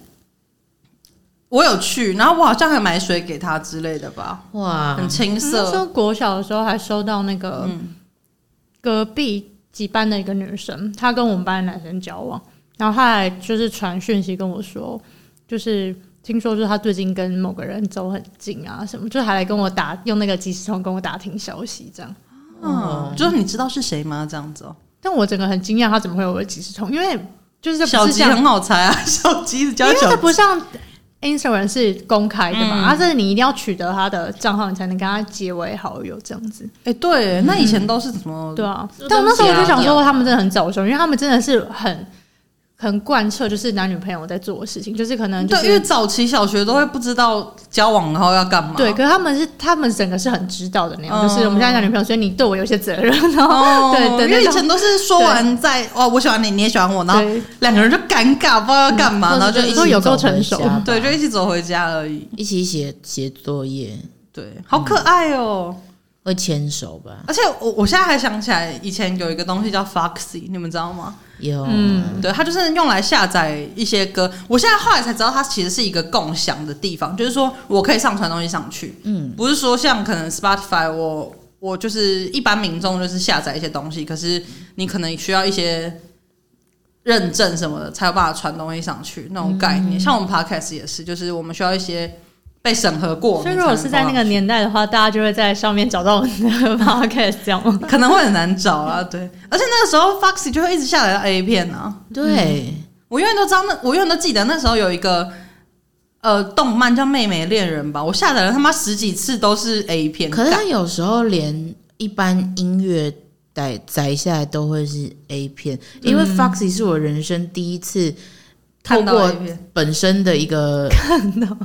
Speaker 1: 我有去，然后我好像还买水给他之类的吧，
Speaker 2: 哇
Speaker 1: 很，青
Speaker 3: 那时
Speaker 1: 涩。
Speaker 3: 候国小的时候还收到那个
Speaker 1: 嗯
Speaker 3: 隔壁几班的一个女生，她跟我们班的男生交往，然后她还就是传讯息跟我说，就是听说就是他最近跟某个人走很近啊，什么，就还来跟我打用那个即时通跟我打听消息这样。
Speaker 1: 嗯，就是你知道是谁吗？这样子哦，
Speaker 3: 但我整个很惊讶，他怎么会有我的即时通？因为就是这
Speaker 1: 小
Speaker 3: 不是
Speaker 1: 吉
Speaker 3: 像，
Speaker 1: 很好猜啊， 小吉
Speaker 3: 因
Speaker 1: 叫
Speaker 3: 为
Speaker 1: 小
Speaker 3: 这
Speaker 1: 吉
Speaker 3: 不像 Instagram 是公开的嘛，它、是你一定要取得他的账号，你才能跟他结为好友这样子。
Speaker 1: 哎、对，那以前都是什么？
Speaker 3: 嗯对啊
Speaker 2: 就，
Speaker 3: 但我
Speaker 2: 东
Speaker 3: 那时候
Speaker 2: 西
Speaker 3: 我就
Speaker 2: 啊
Speaker 3: 想
Speaker 2: 一样
Speaker 3: 说，他们真的很早熟，因为他们真的是很很贯彻，就是男女朋友在做的事情，就是可能就
Speaker 1: 对，因为
Speaker 3: 是。
Speaker 1: 早期小学都会不知道交往然后要干嘛。
Speaker 3: 对，可是他们是他们整个是很知道的那样，就是我们现在男女朋友，所以你对我有些责任，然后
Speaker 1: 哦，
Speaker 3: 对对
Speaker 1: 因为
Speaker 3: 那
Speaker 1: 以
Speaker 3: 种
Speaker 1: 前都是说完再哦，我喜欢你，你也喜欢我，然后
Speaker 3: 对嗯
Speaker 1: 两个人就尴尬，不知道要干嘛，
Speaker 2: 或
Speaker 1: 然后
Speaker 2: 者
Speaker 1: 就是一
Speaker 3: 都
Speaker 1: 起
Speaker 3: 有够
Speaker 2: 走回
Speaker 3: 成熟
Speaker 2: 家吧
Speaker 1: 对，就一起走回家而已。
Speaker 2: 一起写写作业，
Speaker 1: 对，好可爱哦！
Speaker 2: 会牵手吧？
Speaker 1: 而且我我现在还想起来，以前有一个东西叫 Foxy，你们知道吗？
Speaker 2: 有，啊
Speaker 3: 嗯
Speaker 1: 对，它就是用来下载一些歌。我现在后来才知道，它其实是一个共享的地方，就是说我可以上传东西上去，嗯，不是说像可能 Spotify 我。我就是一般民众，就是下载一些东西，可是你可能需要一些认证什么的，才有办法传东西上去那种概
Speaker 3: 嗯
Speaker 1: 念。像我们 podcast 也是，就是我们需要一些被审核过。
Speaker 3: 所以
Speaker 1: 我们
Speaker 3: 如果
Speaker 1: 才
Speaker 3: 是
Speaker 1: 能
Speaker 3: 在
Speaker 1: 放
Speaker 3: 那个
Speaker 1: 上去
Speaker 3: 年代的话，大家就会在上面找到我们的 podcast 这样吗？
Speaker 1: 可能会很难找啊，对。而且那个时候 Foxy 就会一直下载到 A 片啊，
Speaker 2: 对，
Speaker 1: 我永远都知道那，我永远都记得那时候有一个呃动漫叫《妹妹恋人》吧，我下载了他妈十几次都是 A 片，
Speaker 2: 可是
Speaker 1: 干
Speaker 2: 他有时候连一般音乐载载下来都会是 A 片，因为 Foxy 是我人生第一次透
Speaker 1: 嗯看到
Speaker 2: 过
Speaker 1: A 片，
Speaker 2: 本身的一个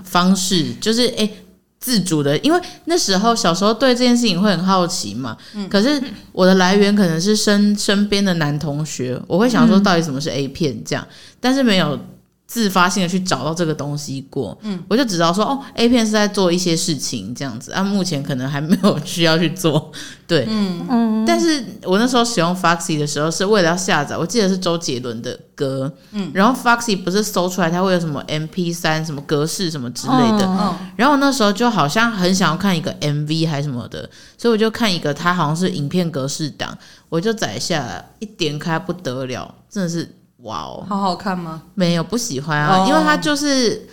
Speaker 2: 方式，就是哎、诶自主的，因为那时候小时候对这件事情会很好奇嘛。可是我的来源可能是身身边的男同学，我会想说到底什么是 A 片这样，但是没有自发性的去找到这个东西过。嗯，我就只知道说哦，A 片是在做一些事情这样子，啊，目前可能还没有需要去做。对，
Speaker 3: 嗯，
Speaker 2: 但是我那时候使用 Foxy 的时候是为了要下载，我记得是周杰伦的歌，嗯，然后 Foxy 不是搜出来它会有什么 MP 三、什么格式什么之类的，
Speaker 3: 嗯
Speaker 1: 嗯，
Speaker 2: 然后我那时候就好像很想要看一个 MV 还是什么的，所以我就看一个它好像是影片格式档，我就载下来，一点开不得了，真的是哇哦，
Speaker 1: 好好看吗？
Speaker 2: 没有不喜欢啊，
Speaker 1: 哦
Speaker 2: 因为它就是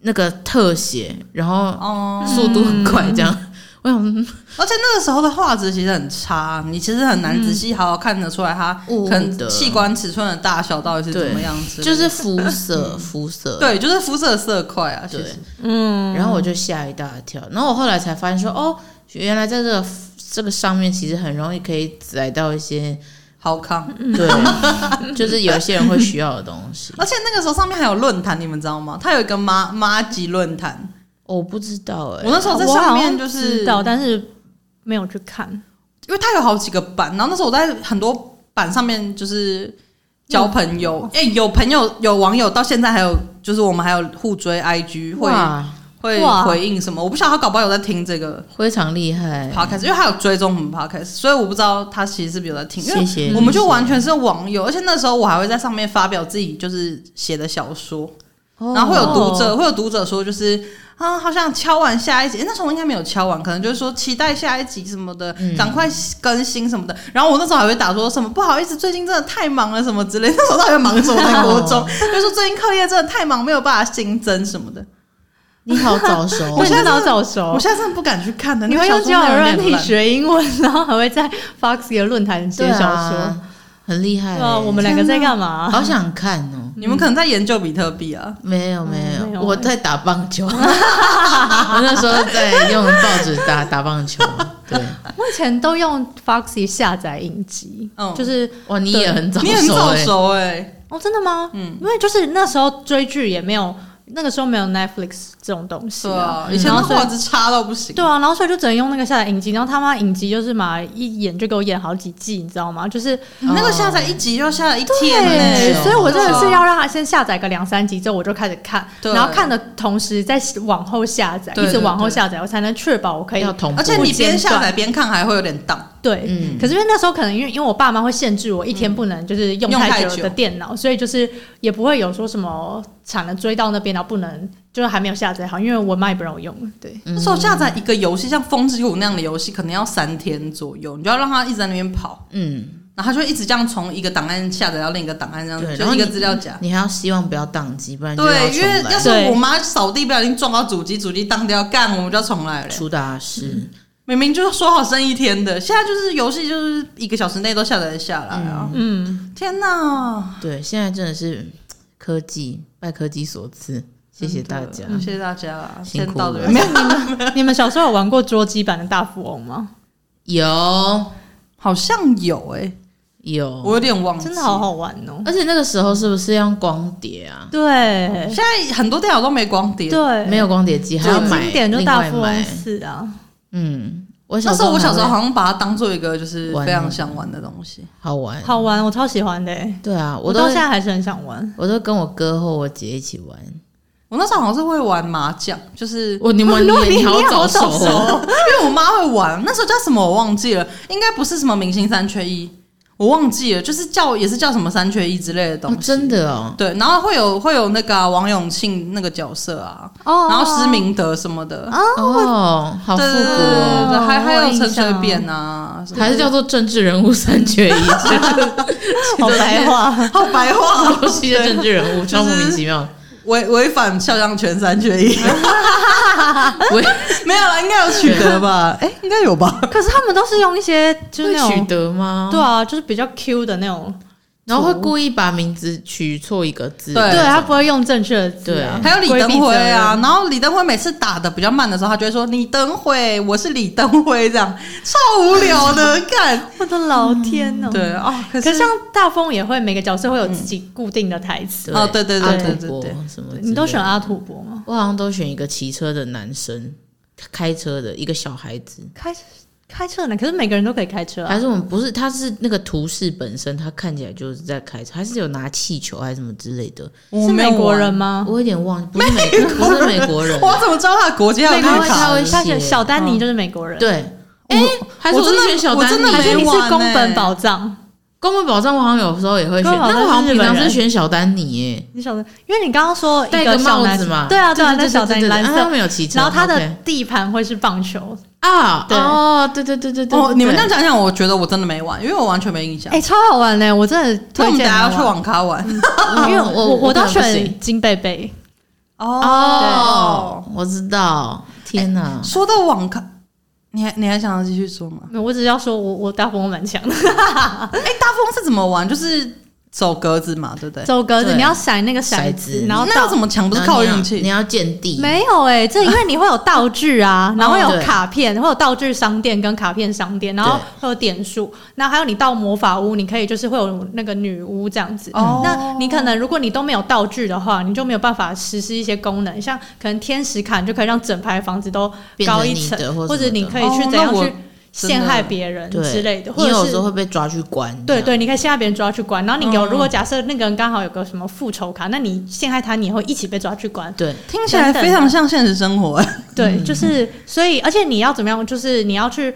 Speaker 2: 那个特写，然后
Speaker 1: 哦、
Speaker 2: 速度很快这样，我想嗯
Speaker 1: 而且那个时候的画质其实很差，啊你其实很难仔细好好看得出来它
Speaker 2: 嗯雾
Speaker 1: 可能
Speaker 2: 的
Speaker 1: 器官尺寸的大小到底是怎么样子，
Speaker 2: 就是肤色肤色，
Speaker 1: 对，就是肤色色块啊，其
Speaker 2: 对
Speaker 1: 实，
Speaker 3: 嗯，
Speaker 2: 然后我就吓一大跳。然后我后来才发现说，哦，原来在这个这个上面其实很容易可以载到一些
Speaker 1: 好看。
Speaker 2: 对，就是有一些人会需要的东西。
Speaker 1: 而且那个时候上面还有论坛，你们知道吗？它有一个妈妈级论坛，
Speaker 2: 我不知道哎、
Speaker 1: 我那时候在
Speaker 3: 我好
Speaker 1: 上
Speaker 3: 像
Speaker 1: 面就是，
Speaker 3: 知道，但是没有去看。
Speaker 1: 因为它有好几个版，然后那时候我在很多版上面就是交朋友，哎、有朋友有网友到现在还有，就是我们还有互追 IG，会
Speaker 2: 哇，
Speaker 1: 会
Speaker 3: 哇
Speaker 1: 回应什么？我不晓得他搞不好有在听这个
Speaker 2: 非常厉害，
Speaker 3: 嗯
Speaker 1: podcast，因为他有追踪我们 podcast，所以我不知道他其实是不是有在听，因
Speaker 2: 谢
Speaker 1: 为
Speaker 2: 谢。
Speaker 1: 我们就完全是网友，而且那时候我还会在上面发表自己就是写的小说，
Speaker 2: 哦
Speaker 1: 然后会有读者，会有读者说，就是啊，好想敲完下一集。诶那时候我应该没有敲完，可能就是说期待下一集什么的，
Speaker 3: 嗯
Speaker 1: 赶快更新什么的。然后我那时候还会打说什么不好意思，最近真的太忙了什么之类。 那时候到底在忙什么？在国
Speaker 3: 哦
Speaker 1: 中，就说最近课业真的太忙，没有办法新增什么的。
Speaker 2: 你好早熟
Speaker 1: 我
Speaker 2: 哦，
Speaker 1: 现在
Speaker 3: 真的好
Speaker 1: 真的
Speaker 3: 早熟
Speaker 1: 我，现在真的不敢去看的。
Speaker 3: 你
Speaker 1: 那
Speaker 3: 会
Speaker 1: 个
Speaker 3: 用
Speaker 1: 小说
Speaker 3: 交友
Speaker 1: 内容有
Speaker 3: 软
Speaker 1: 点
Speaker 3: 体
Speaker 1: 烂？
Speaker 3: 学英文， 然后还会在 Foxy 的论坛写
Speaker 2: 对
Speaker 3: 小说。
Speaker 2: 啊，很厉害、
Speaker 3: 对
Speaker 1: 哎
Speaker 2: 欸。
Speaker 3: 啊，我们两个在干嘛？
Speaker 2: 好想看哦。
Speaker 1: 你们可能在研究比特币啊？
Speaker 2: 没有没有，
Speaker 3: 没有
Speaker 2: 我
Speaker 3: 欸
Speaker 2: 在打棒球。我那时候在用报纸打打棒球。对，
Speaker 3: 我以前都用 Foxy 下载影集，
Speaker 1: 嗯
Speaker 3: 就是
Speaker 2: 哇，你也很早熟、欸，
Speaker 1: 你很早熟哎、
Speaker 3: 哦，真的吗？嗯，因为就是那时候追剧也没有，那个时候没有 Netflix 这种东西
Speaker 1: 对啊，以前
Speaker 3: 然
Speaker 1: 的
Speaker 3: 后所以
Speaker 1: 画质差到不行。
Speaker 3: 对啊，然后所以就只能用那个下载影集，然后他妈影集就是嘛，一演就给我演好几季，你知道吗？就是
Speaker 1: 你那个下载一集就要下载一天呢、
Speaker 3: 对，
Speaker 2: 久
Speaker 3: 所以我真的是
Speaker 1: 对啊
Speaker 3: 要让他先下载个两三集之后，我就开始看，
Speaker 1: 对
Speaker 3: 然后看的同时再往后下载，
Speaker 1: 对
Speaker 3: 一直
Speaker 1: 对
Speaker 3: 往后
Speaker 1: 对
Speaker 3: 下载，我才能确保我可以
Speaker 2: 要同步，
Speaker 1: 而且你边下载边看还会有点荡，
Speaker 3: 对，
Speaker 2: 嗯
Speaker 3: 可是因为那时候可能因为因为我爸妈会限制我一天不能就是用
Speaker 1: 用太
Speaker 3: 太久
Speaker 1: 久
Speaker 3: 的电脑，所以就是也不会有说什么产能追到那边，然后不能就是还没有下载好，因为我妈也不让我用。对，
Speaker 1: 那时候下载一个游戏，像《风之谷》那样的游戏，可能要三天左右，你就要让它一直在那边跑。
Speaker 2: 嗯，
Speaker 1: 然后他就会一直这样从一个档案下载到另一个档案，这样
Speaker 2: 对然
Speaker 1: 就
Speaker 2: 后
Speaker 1: 一个
Speaker 2: 你
Speaker 1: 资料夹。
Speaker 2: 你还要希望不要宕机，不然就
Speaker 1: 对，因
Speaker 2: 重
Speaker 1: 为要
Speaker 2: 来。
Speaker 1: 是
Speaker 3: 对
Speaker 1: 我妈扫地不小心撞到主机，主机当掉，干我们就要重来了。
Speaker 2: 出大
Speaker 1: 嗯
Speaker 2: 事，
Speaker 1: 明明就是说好剩一天的，现在就是游戏就是一个小时内都下载得下来啊！
Speaker 3: 嗯，
Speaker 1: 天哪，
Speaker 2: 对，现在真的是科技拜科技所赐，谢谢大家。
Speaker 1: 谢谢大家啦，
Speaker 2: 辛
Speaker 1: 先
Speaker 2: 苦
Speaker 1: 到这
Speaker 2: 了
Speaker 1: 边。没有，
Speaker 3: 嗯你们小时候有玩过捉鸡版的大富翁吗？
Speaker 2: 有
Speaker 1: 好像有哎、我
Speaker 2: 有，
Speaker 1: 有点忘记。
Speaker 3: 真的好好玩哦。
Speaker 2: 而且那个时候是不是要用光碟啊？
Speaker 3: 对
Speaker 1: 现在很多电脑都没光碟，
Speaker 3: 对，
Speaker 2: 没有光碟机，还要
Speaker 3: 最
Speaker 2: 买
Speaker 3: 经典就
Speaker 2: 另
Speaker 3: 大
Speaker 2: 外
Speaker 3: 富翁
Speaker 2: 买。
Speaker 3: 四啊，
Speaker 2: 嗯，我
Speaker 1: 那时候我小时候
Speaker 2: 还会
Speaker 1: 好像把它当做一个就是
Speaker 2: 玩
Speaker 1: 非常想玩的东西。
Speaker 2: 好玩，
Speaker 3: 好玩，我超喜欢的欸、
Speaker 2: 对啊，
Speaker 3: 我
Speaker 2: 我
Speaker 3: 到
Speaker 2: 都
Speaker 3: 现在还是很想玩。
Speaker 2: 我都跟我哥或我姐一起玩。
Speaker 1: 我那时候好像是会玩麻将，就是
Speaker 2: 哦我你 们
Speaker 3: 如果
Speaker 2: 你
Speaker 3: 你
Speaker 2: 好早熟
Speaker 3: 你好
Speaker 2: 哦，
Speaker 1: 因为我妈会玩，那时候叫什么我忘记了，应该不是什么明星三缺一，我忘记了，就是叫也是叫什么三缺一之类的东
Speaker 2: 哦
Speaker 1: 西。
Speaker 2: 真的哦，
Speaker 1: 对，然后会有会有那个啊、王永庆那个角色啊，
Speaker 3: 哦
Speaker 1: 然后施明德什么的，
Speaker 2: 哦，好复
Speaker 1: 对
Speaker 2: 古
Speaker 1: 对对对
Speaker 2: 哦，
Speaker 1: 对，还还
Speaker 3: 我有
Speaker 1: 有
Speaker 3: 印
Speaker 1: 陈水
Speaker 3: 象
Speaker 1: 扁啊，什么
Speaker 2: 还是叫做政治人物三缺一，这个
Speaker 3: 好白 话，
Speaker 1: 好白话哦，
Speaker 2: 东西的政治人物超莫名其妙。
Speaker 1: 违违反肖像权三缺一，
Speaker 2: 我
Speaker 1: 没有啦，应该有取得吧？哎、应该有吧？
Speaker 3: 可是他们都是用一些就是那
Speaker 2: 会取
Speaker 3: 种
Speaker 2: 得吗？
Speaker 3: 对，啊，就是比较 Q 的那种，
Speaker 2: 然后会故意把名字取错一个字，
Speaker 1: 对
Speaker 3: 对他不会用正确的字啊，
Speaker 1: 还有李登
Speaker 3: 规避
Speaker 1: 辉
Speaker 3: 责任
Speaker 1: 啊，然，后李登辉每次打的比较慢的时候，他就会说李登辉，我是李登辉，这样超无聊的，干
Speaker 3: 我的老天哦！
Speaker 1: 对啊、哦，可
Speaker 3: 可
Speaker 1: 是
Speaker 3: 是像大风也会每个角色会有自己固定的台词，
Speaker 1: 哦对对对
Speaker 2: 阿
Speaker 1: 对
Speaker 2: 土
Speaker 1: 对
Speaker 2: 伯
Speaker 1: 对
Speaker 2: 什么之类的，
Speaker 3: 你都选阿土伯吗？
Speaker 2: 我好像都选一个骑车的男生，开车的一个小孩子，
Speaker 3: 开开车呢？可是每个人都可以开车啊
Speaker 2: 还。是我们不是？他是那个图示本身，他看起来就是在开车，还是有拿气球还是什么之类的？
Speaker 1: 我
Speaker 3: 是
Speaker 1: 没有
Speaker 3: 美国
Speaker 1: 玩
Speaker 3: 人，吗？
Speaker 2: 我有点忘，不是美，不是美国人，
Speaker 1: 我怎么知道他的国家有
Speaker 3: 美
Speaker 1: 绿
Speaker 3: 国人
Speaker 2: 他
Speaker 1: 卡？
Speaker 2: 会
Speaker 3: 他嗯
Speaker 2: 写
Speaker 3: 写小丹尼就是美国人，，
Speaker 2: 对，哎，还是
Speaker 1: 我真的
Speaker 2: 是选小
Speaker 1: 我
Speaker 2: 丹
Speaker 1: 真的
Speaker 3: 还
Speaker 2: 尼
Speaker 3: 是你
Speaker 1: 没
Speaker 3: 是
Speaker 1: 玩欸
Speaker 3: 宫本宝藏？
Speaker 2: 公文保障我好像有时候也会选，
Speaker 3: 公文保
Speaker 2: 但
Speaker 3: 障
Speaker 2: 我好像
Speaker 3: 是
Speaker 2: 平
Speaker 3: 日本
Speaker 2: 常
Speaker 3: 人
Speaker 2: 是选小丹尼耶，
Speaker 3: 你晓得，因为你刚刚说一
Speaker 2: 戴个
Speaker 3: 小
Speaker 2: 帽
Speaker 3: 男
Speaker 2: 子嘛，
Speaker 3: 对啊对啊，
Speaker 2: 对
Speaker 3: 那小丹尼
Speaker 2: 对对
Speaker 3: 蓝
Speaker 2: 啊他
Speaker 3: 色，
Speaker 2: 们有骑车，
Speaker 3: 然后他的
Speaker 2: OK
Speaker 3: 地盘会是棒球，
Speaker 2: 啊，
Speaker 3: 对
Speaker 2: 哦，对对对对对，
Speaker 1: 哦，你们这
Speaker 2: 对
Speaker 1: 样讲讲，我觉得我真的没玩，因为我完全没印象。
Speaker 3: 哎，超好玩嘞！我真的
Speaker 1: 所以
Speaker 3: 推
Speaker 1: 我们等
Speaker 3: 荐你
Speaker 1: 下
Speaker 3: 玩
Speaker 1: 要去网咖玩
Speaker 2: 嗯
Speaker 3: 因为
Speaker 2: 我
Speaker 3: 哦我我
Speaker 2: 可
Speaker 3: 都
Speaker 2: 能不行
Speaker 3: 选金贝贝，
Speaker 2: 哦，我知道，天
Speaker 3: 哎
Speaker 2: 哪！
Speaker 1: 说到网咖，你还你还想要继续说吗？
Speaker 3: 没有我只是要说我我大富翁蛮强 的，
Speaker 1: 哎、大富翁是怎么玩？就是走格子嘛，对不对？
Speaker 3: 走格子
Speaker 2: 对
Speaker 3: 你要闪那个
Speaker 2: 骰
Speaker 3: 骰
Speaker 2: 子
Speaker 3: 子，然后
Speaker 1: 那要
Speaker 3: 到
Speaker 1: 怎么抢？不是
Speaker 2: 然后
Speaker 1: 靠
Speaker 2: 你要
Speaker 1: 运气，
Speaker 2: 你？要见地，
Speaker 3: 没有哎、这因为你会有道具啊然后会
Speaker 2: 对
Speaker 3: 有卡片，会有道具商店跟卡片商店，然后
Speaker 2: 对
Speaker 3: 会有点数，那还有你到魔法屋，你可以就是会有那个女巫这样子。
Speaker 1: 哦
Speaker 3: 那你可能如果你都没有道具的话，你就没有办法实施一些功能，像可能天使卡你就可以让整排房子都
Speaker 2: 变成
Speaker 3: 高一
Speaker 2: 你
Speaker 3: 层
Speaker 2: 的，或什
Speaker 3: 或
Speaker 2: 么
Speaker 3: 者你
Speaker 2: 的
Speaker 3: 可以去
Speaker 1: 哦
Speaker 3: 怎样
Speaker 1: 那我
Speaker 3: 去陷害别人
Speaker 2: 对
Speaker 3: 之类的，
Speaker 2: 你
Speaker 3: 或者
Speaker 2: 有时
Speaker 3: 是
Speaker 2: 候会被抓去关。这
Speaker 3: 对
Speaker 2: 样，
Speaker 3: 对，你可以陷害别人抓去关，然后你有、
Speaker 1: 嗯
Speaker 3: 如果假设那个人刚好有个什么复仇卡，那你陷害他，你也会一起被抓去关。
Speaker 2: 对
Speaker 1: 听起来非常像现实生活、哎
Speaker 3: 对，就是所以，而且你要怎么样？就是你要去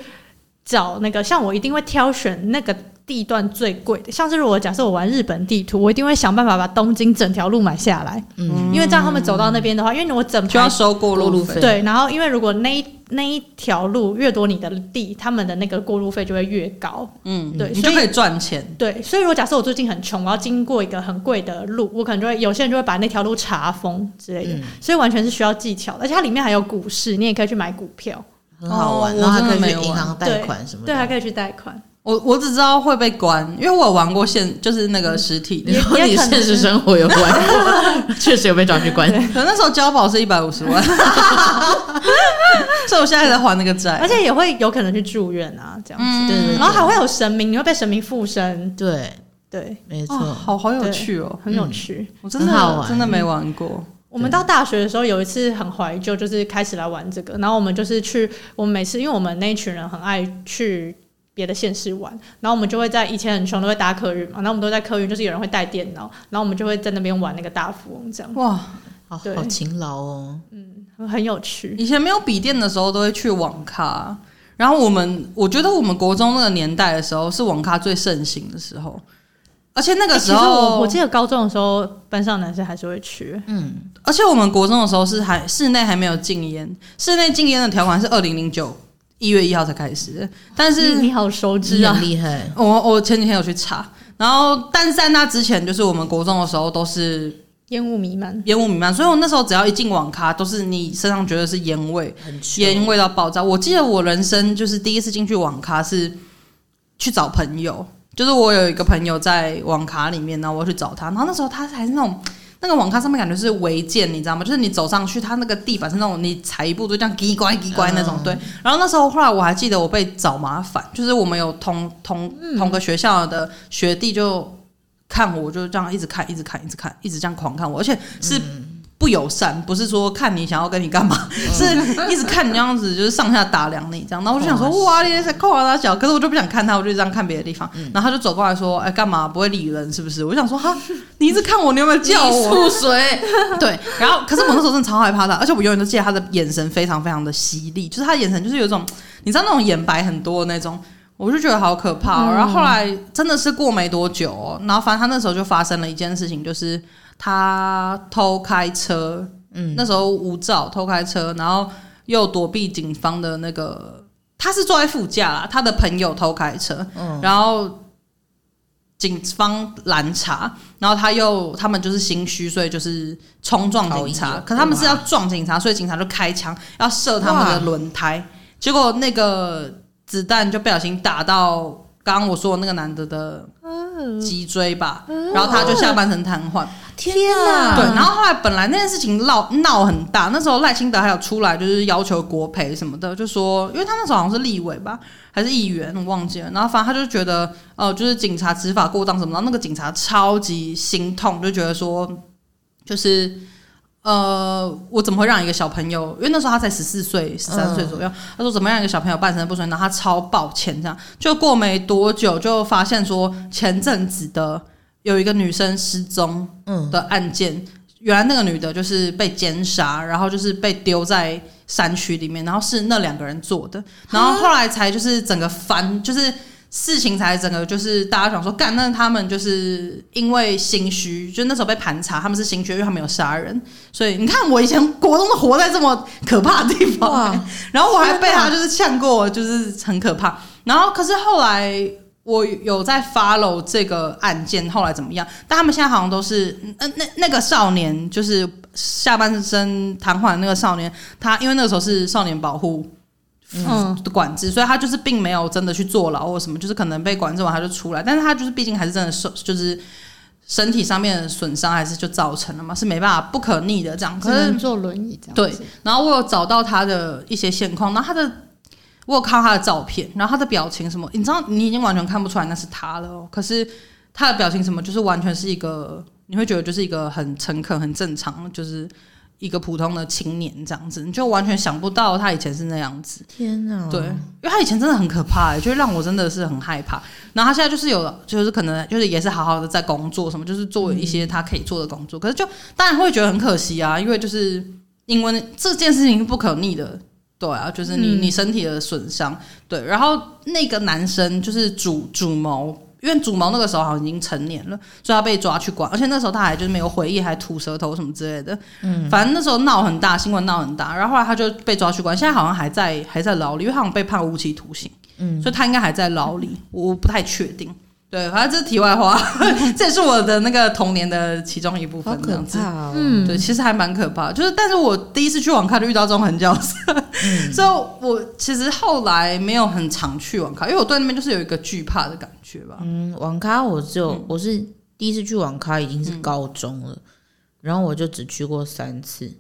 Speaker 3: 找那个，像我一定会挑选那个地段最贵的。像是如果假设我玩日本地图，我一定会想办法把东京整条路买下来，
Speaker 2: 嗯
Speaker 3: 因为这样他们走到那边的话，因为我整
Speaker 1: 就要
Speaker 3: 条
Speaker 1: 收过
Speaker 2: 过路
Speaker 1: 路
Speaker 2: 费
Speaker 1: 费。
Speaker 3: 对，然后因为如果那一那一条路越多你的地，他们的那个过路费就会越高。
Speaker 1: 嗯，
Speaker 3: 对
Speaker 1: 你就
Speaker 3: 所以
Speaker 1: 可以赚钱。
Speaker 3: 对，所以如果假设我最近很穷，我要经过一个很贵的路，我可能就会有些人就会把那条路查封之类的，
Speaker 2: 嗯
Speaker 3: 所以完全是需要技巧的，而且它里面还有股市，你也可以去买股票。
Speaker 2: 很好玩，
Speaker 1: 哦
Speaker 2: 然后还
Speaker 1: 我
Speaker 2: 可
Speaker 1: 真
Speaker 2: 以
Speaker 1: 的
Speaker 2: 去
Speaker 1: 没玩
Speaker 2: 银行贷款什么
Speaker 3: 对，还
Speaker 2: 的。
Speaker 3: 可以去贷款，
Speaker 1: 我我只知道会被关，因为我有玩过现，就是那个实体
Speaker 2: 你
Speaker 1: 的。
Speaker 2: 说
Speaker 3: 也
Speaker 2: 你
Speaker 3: 可能
Speaker 2: 现实生活有关 过，确实有被抓去关。
Speaker 1: 可那时候交保是一百五十万， 所以我现在还在还那个
Speaker 3: 而
Speaker 1: 债。
Speaker 3: 且也会有可能去住院啊，这样子。
Speaker 1: 嗯，
Speaker 2: 对对
Speaker 3: 然后还会有神明，你会被神明附身，
Speaker 2: 对，
Speaker 3: 对，
Speaker 2: 没
Speaker 1: 哦，
Speaker 2: 错，
Speaker 1: 好好有趣哦，
Speaker 3: 很有趣。
Speaker 2: 嗯
Speaker 1: 我真的
Speaker 2: 很好玩
Speaker 1: 真的没玩过。
Speaker 3: 我们到大学的时候有一次很怀旧，就是开始来玩这个，然后我们就是去，我们每次因为我们那一群人很爱去。别的县市玩，然后我们就会在以前很穷都会搭客运嘛，然后我们都在客运，就是有人会带电脑，然后我们就会在那边玩那个大富翁，这样
Speaker 1: 哇，
Speaker 2: 好
Speaker 3: 对
Speaker 2: 好勤劳哦。
Speaker 3: 很很有趣。
Speaker 2: 嗯
Speaker 1: 以前没有笔电的时候，都会去网咖。然后我们，我觉得我们国中那个年代的时候，是网咖最盛行的时候。而且那
Speaker 3: 欸
Speaker 1: 个
Speaker 3: 其
Speaker 1: 时
Speaker 3: 实我
Speaker 1: 候，
Speaker 3: 我记得高中的时候，班上男生还是会去，
Speaker 2: 嗯，
Speaker 1: 而且我们国中的时候是还室内还没有禁烟，室内禁烟的条款是二零零九一月一号才开始，但是
Speaker 2: 嗯
Speaker 3: 你好熟知
Speaker 2: 你
Speaker 3: 啊
Speaker 2: 很，厉害，
Speaker 1: 我我前几天有去查，然后但是在那之前，就是我们国中的时候都是
Speaker 3: 烟雾弥漫。
Speaker 1: 烟雾弥漫，所以我那时候只要一进网咖，都是你身上觉得是烟味，
Speaker 2: 很
Speaker 1: 烟味到爆炸。我记得我人生就是第一次进去网咖是去找朋友，就是我有一个朋友在网咖里面，然后我去找他，然后那时候他还是那种。那个网咖上面感觉是违建，你知道吗？就是你走上去，它那个地板是那种你踩一步就这样叽乖叽乖那种。对。然后那时候后来我还记得我被找麻烦，就是我们有同同同个学校的学弟就看我，就这样一直看，一直看，一直看，一直这样狂看我，而且是不友善，不是说看你想要跟你干嘛，是一直看你这样子，就是上下打量你这样。然后我就想说，哇，你在扣啊他小，可是我就不想看他，我就这样看别的地方。然后他就走过来说，哎、干嘛不会理人是不是？我想说，哈，你一直看我，你有没有叫我？
Speaker 2: 水，
Speaker 1: 对，然后可是我那时候真的超害怕的，而且我永远都记得他的眼神非常非常的犀利，就是他的眼神就是有一种，你知道那种眼白很多的那种。我就觉得好可怕、哦，然后后来真的是过没多久、哦，然后反正他那时候就发生了一件事情，就是他偷开车，嗯，那时候无照偷开车，然后又躲避警方的那个，他是坐在副驾啦，他的朋友偷开车，
Speaker 2: 嗯
Speaker 1: 然后警方拦查，然后他又他们就是心虚，所以就是冲撞警
Speaker 2: 逃逸
Speaker 1: 察
Speaker 2: 了，
Speaker 1: 可他们是
Speaker 2: 哇
Speaker 1: 要撞警察，所以警察就开枪要射他们的轮胎，结果那个子弹就不小心打到刚刚我说的那个男的的
Speaker 2: 哦
Speaker 1: 脊椎吧，然后他就下半身瘫痪。
Speaker 2: 天
Speaker 3: 哪
Speaker 1: 对，然后后来本来那件事情闹闹很大，那时候赖清德还有出来就是要求国赔什么的，就说因为他那时候好像是立委吧，还是议员，我忘记了。然后反正他就觉得哦、呃就是警察执法过当什么，然后那个警察超级心痛，就觉得说就是。呃，我怎么会让一个小朋友？因为那时候他才十四岁、十三岁左右。他说怎么让一个小朋友半身不遂？然后他超抱歉，这样就过没多久就发现说前阵子的有一个女生失踪，
Speaker 2: 嗯
Speaker 1: 的案件，原来那个女的就是被奸杀，然后就是被丢在山区里面，然后是那两个人做的，然后后来才就是整个翻，就是事情才整个就是大家想说，干，那他们就是因为心虚，就那时候被盘查，他们是心虚，因为他们有杀人，所以你看我以前国中都活在这么可怕的地方、
Speaker 2: 哇
Speaker 1: 然后我还被他就是呛过，就是很可怕。然后可是后来我有在 follow 这个案件后来怎么样，但他们现在好像都是那那那个少年，就是下半身瘫痪的那个少年，他因为那个时候是少年保护。
Speaker 3: 嗯
Speaker 1: 的管制，所以他就是并没有真的去坐牢或什么，就是可能被管制完他就出来，但是他就是毕竟还是真的受，就是身体上面的损伤还是就造成了嘛，是没办法不可逆的这样。
Speaker 3: 只
Speaker 1: 可是
Speaker 3: 能坐轮椅这样。
Speaker 1: 对，，然后我有找到他的一些现况，然后他的我有看到他的照片，然后他的表情什么，你知道你已经完全看不出来那是他了、哦，可是他的表情什么，就是完全是一个你会觉得就是一个很诚恳、很正常，就是一个普通的青年这样子，你就完全想不到他以前是那样子。
Speaker 2: 天哪，
Speaker 1: 对，因为他以前真的很可怕、欸，就让我真的是很害怕。然后他现在就是有，就是可能就是也是好好的在工作，什么就是做一些他可以做的工作，可是就当然会觉得很可惜啊，因为就是因为这件事情是不可逆的。对啊，就是你
Speaker 3: 嗯
Speaker 1: 你身体的损伤，对。然后那个男生就是主主谋，因为主谋那个时候好像已经成年了，所以他被抓去关，而且那时候他还就是没有回忆，还吐舌头什么之类的。
Speaker 2: 嗯
Speaker 1: 反正那时候闹很大，新闻闹很大，然后后来他就被抓去关，现在好像还在还在牢里，因为他好像被判无期徒刑，嗯，所以他应该还在牢里，我我不太确定。对，反正这是题外话， 这也是我的那个童年的其中一部
Speaker 2: 好
Speaker 1: 分，这
Speaker 2: 可
Speaker 1: 样子。
Speaker 2: 怕哦，
Speaker 3: 嗯，
Speaker 1: 对，其实还蛮可怕，就是但是我第一次去网咖就遇到这种 狠角色，
Speaker 2: 嗯
Speaker 1: 所以我其实后来没有很常去网咖，因为我对那边就是有一个惧怕的感觉吧。
Speaker 2: 嗯，网咖我只有、我是第一次去网咖已经是高中了，然后我就只去过三次，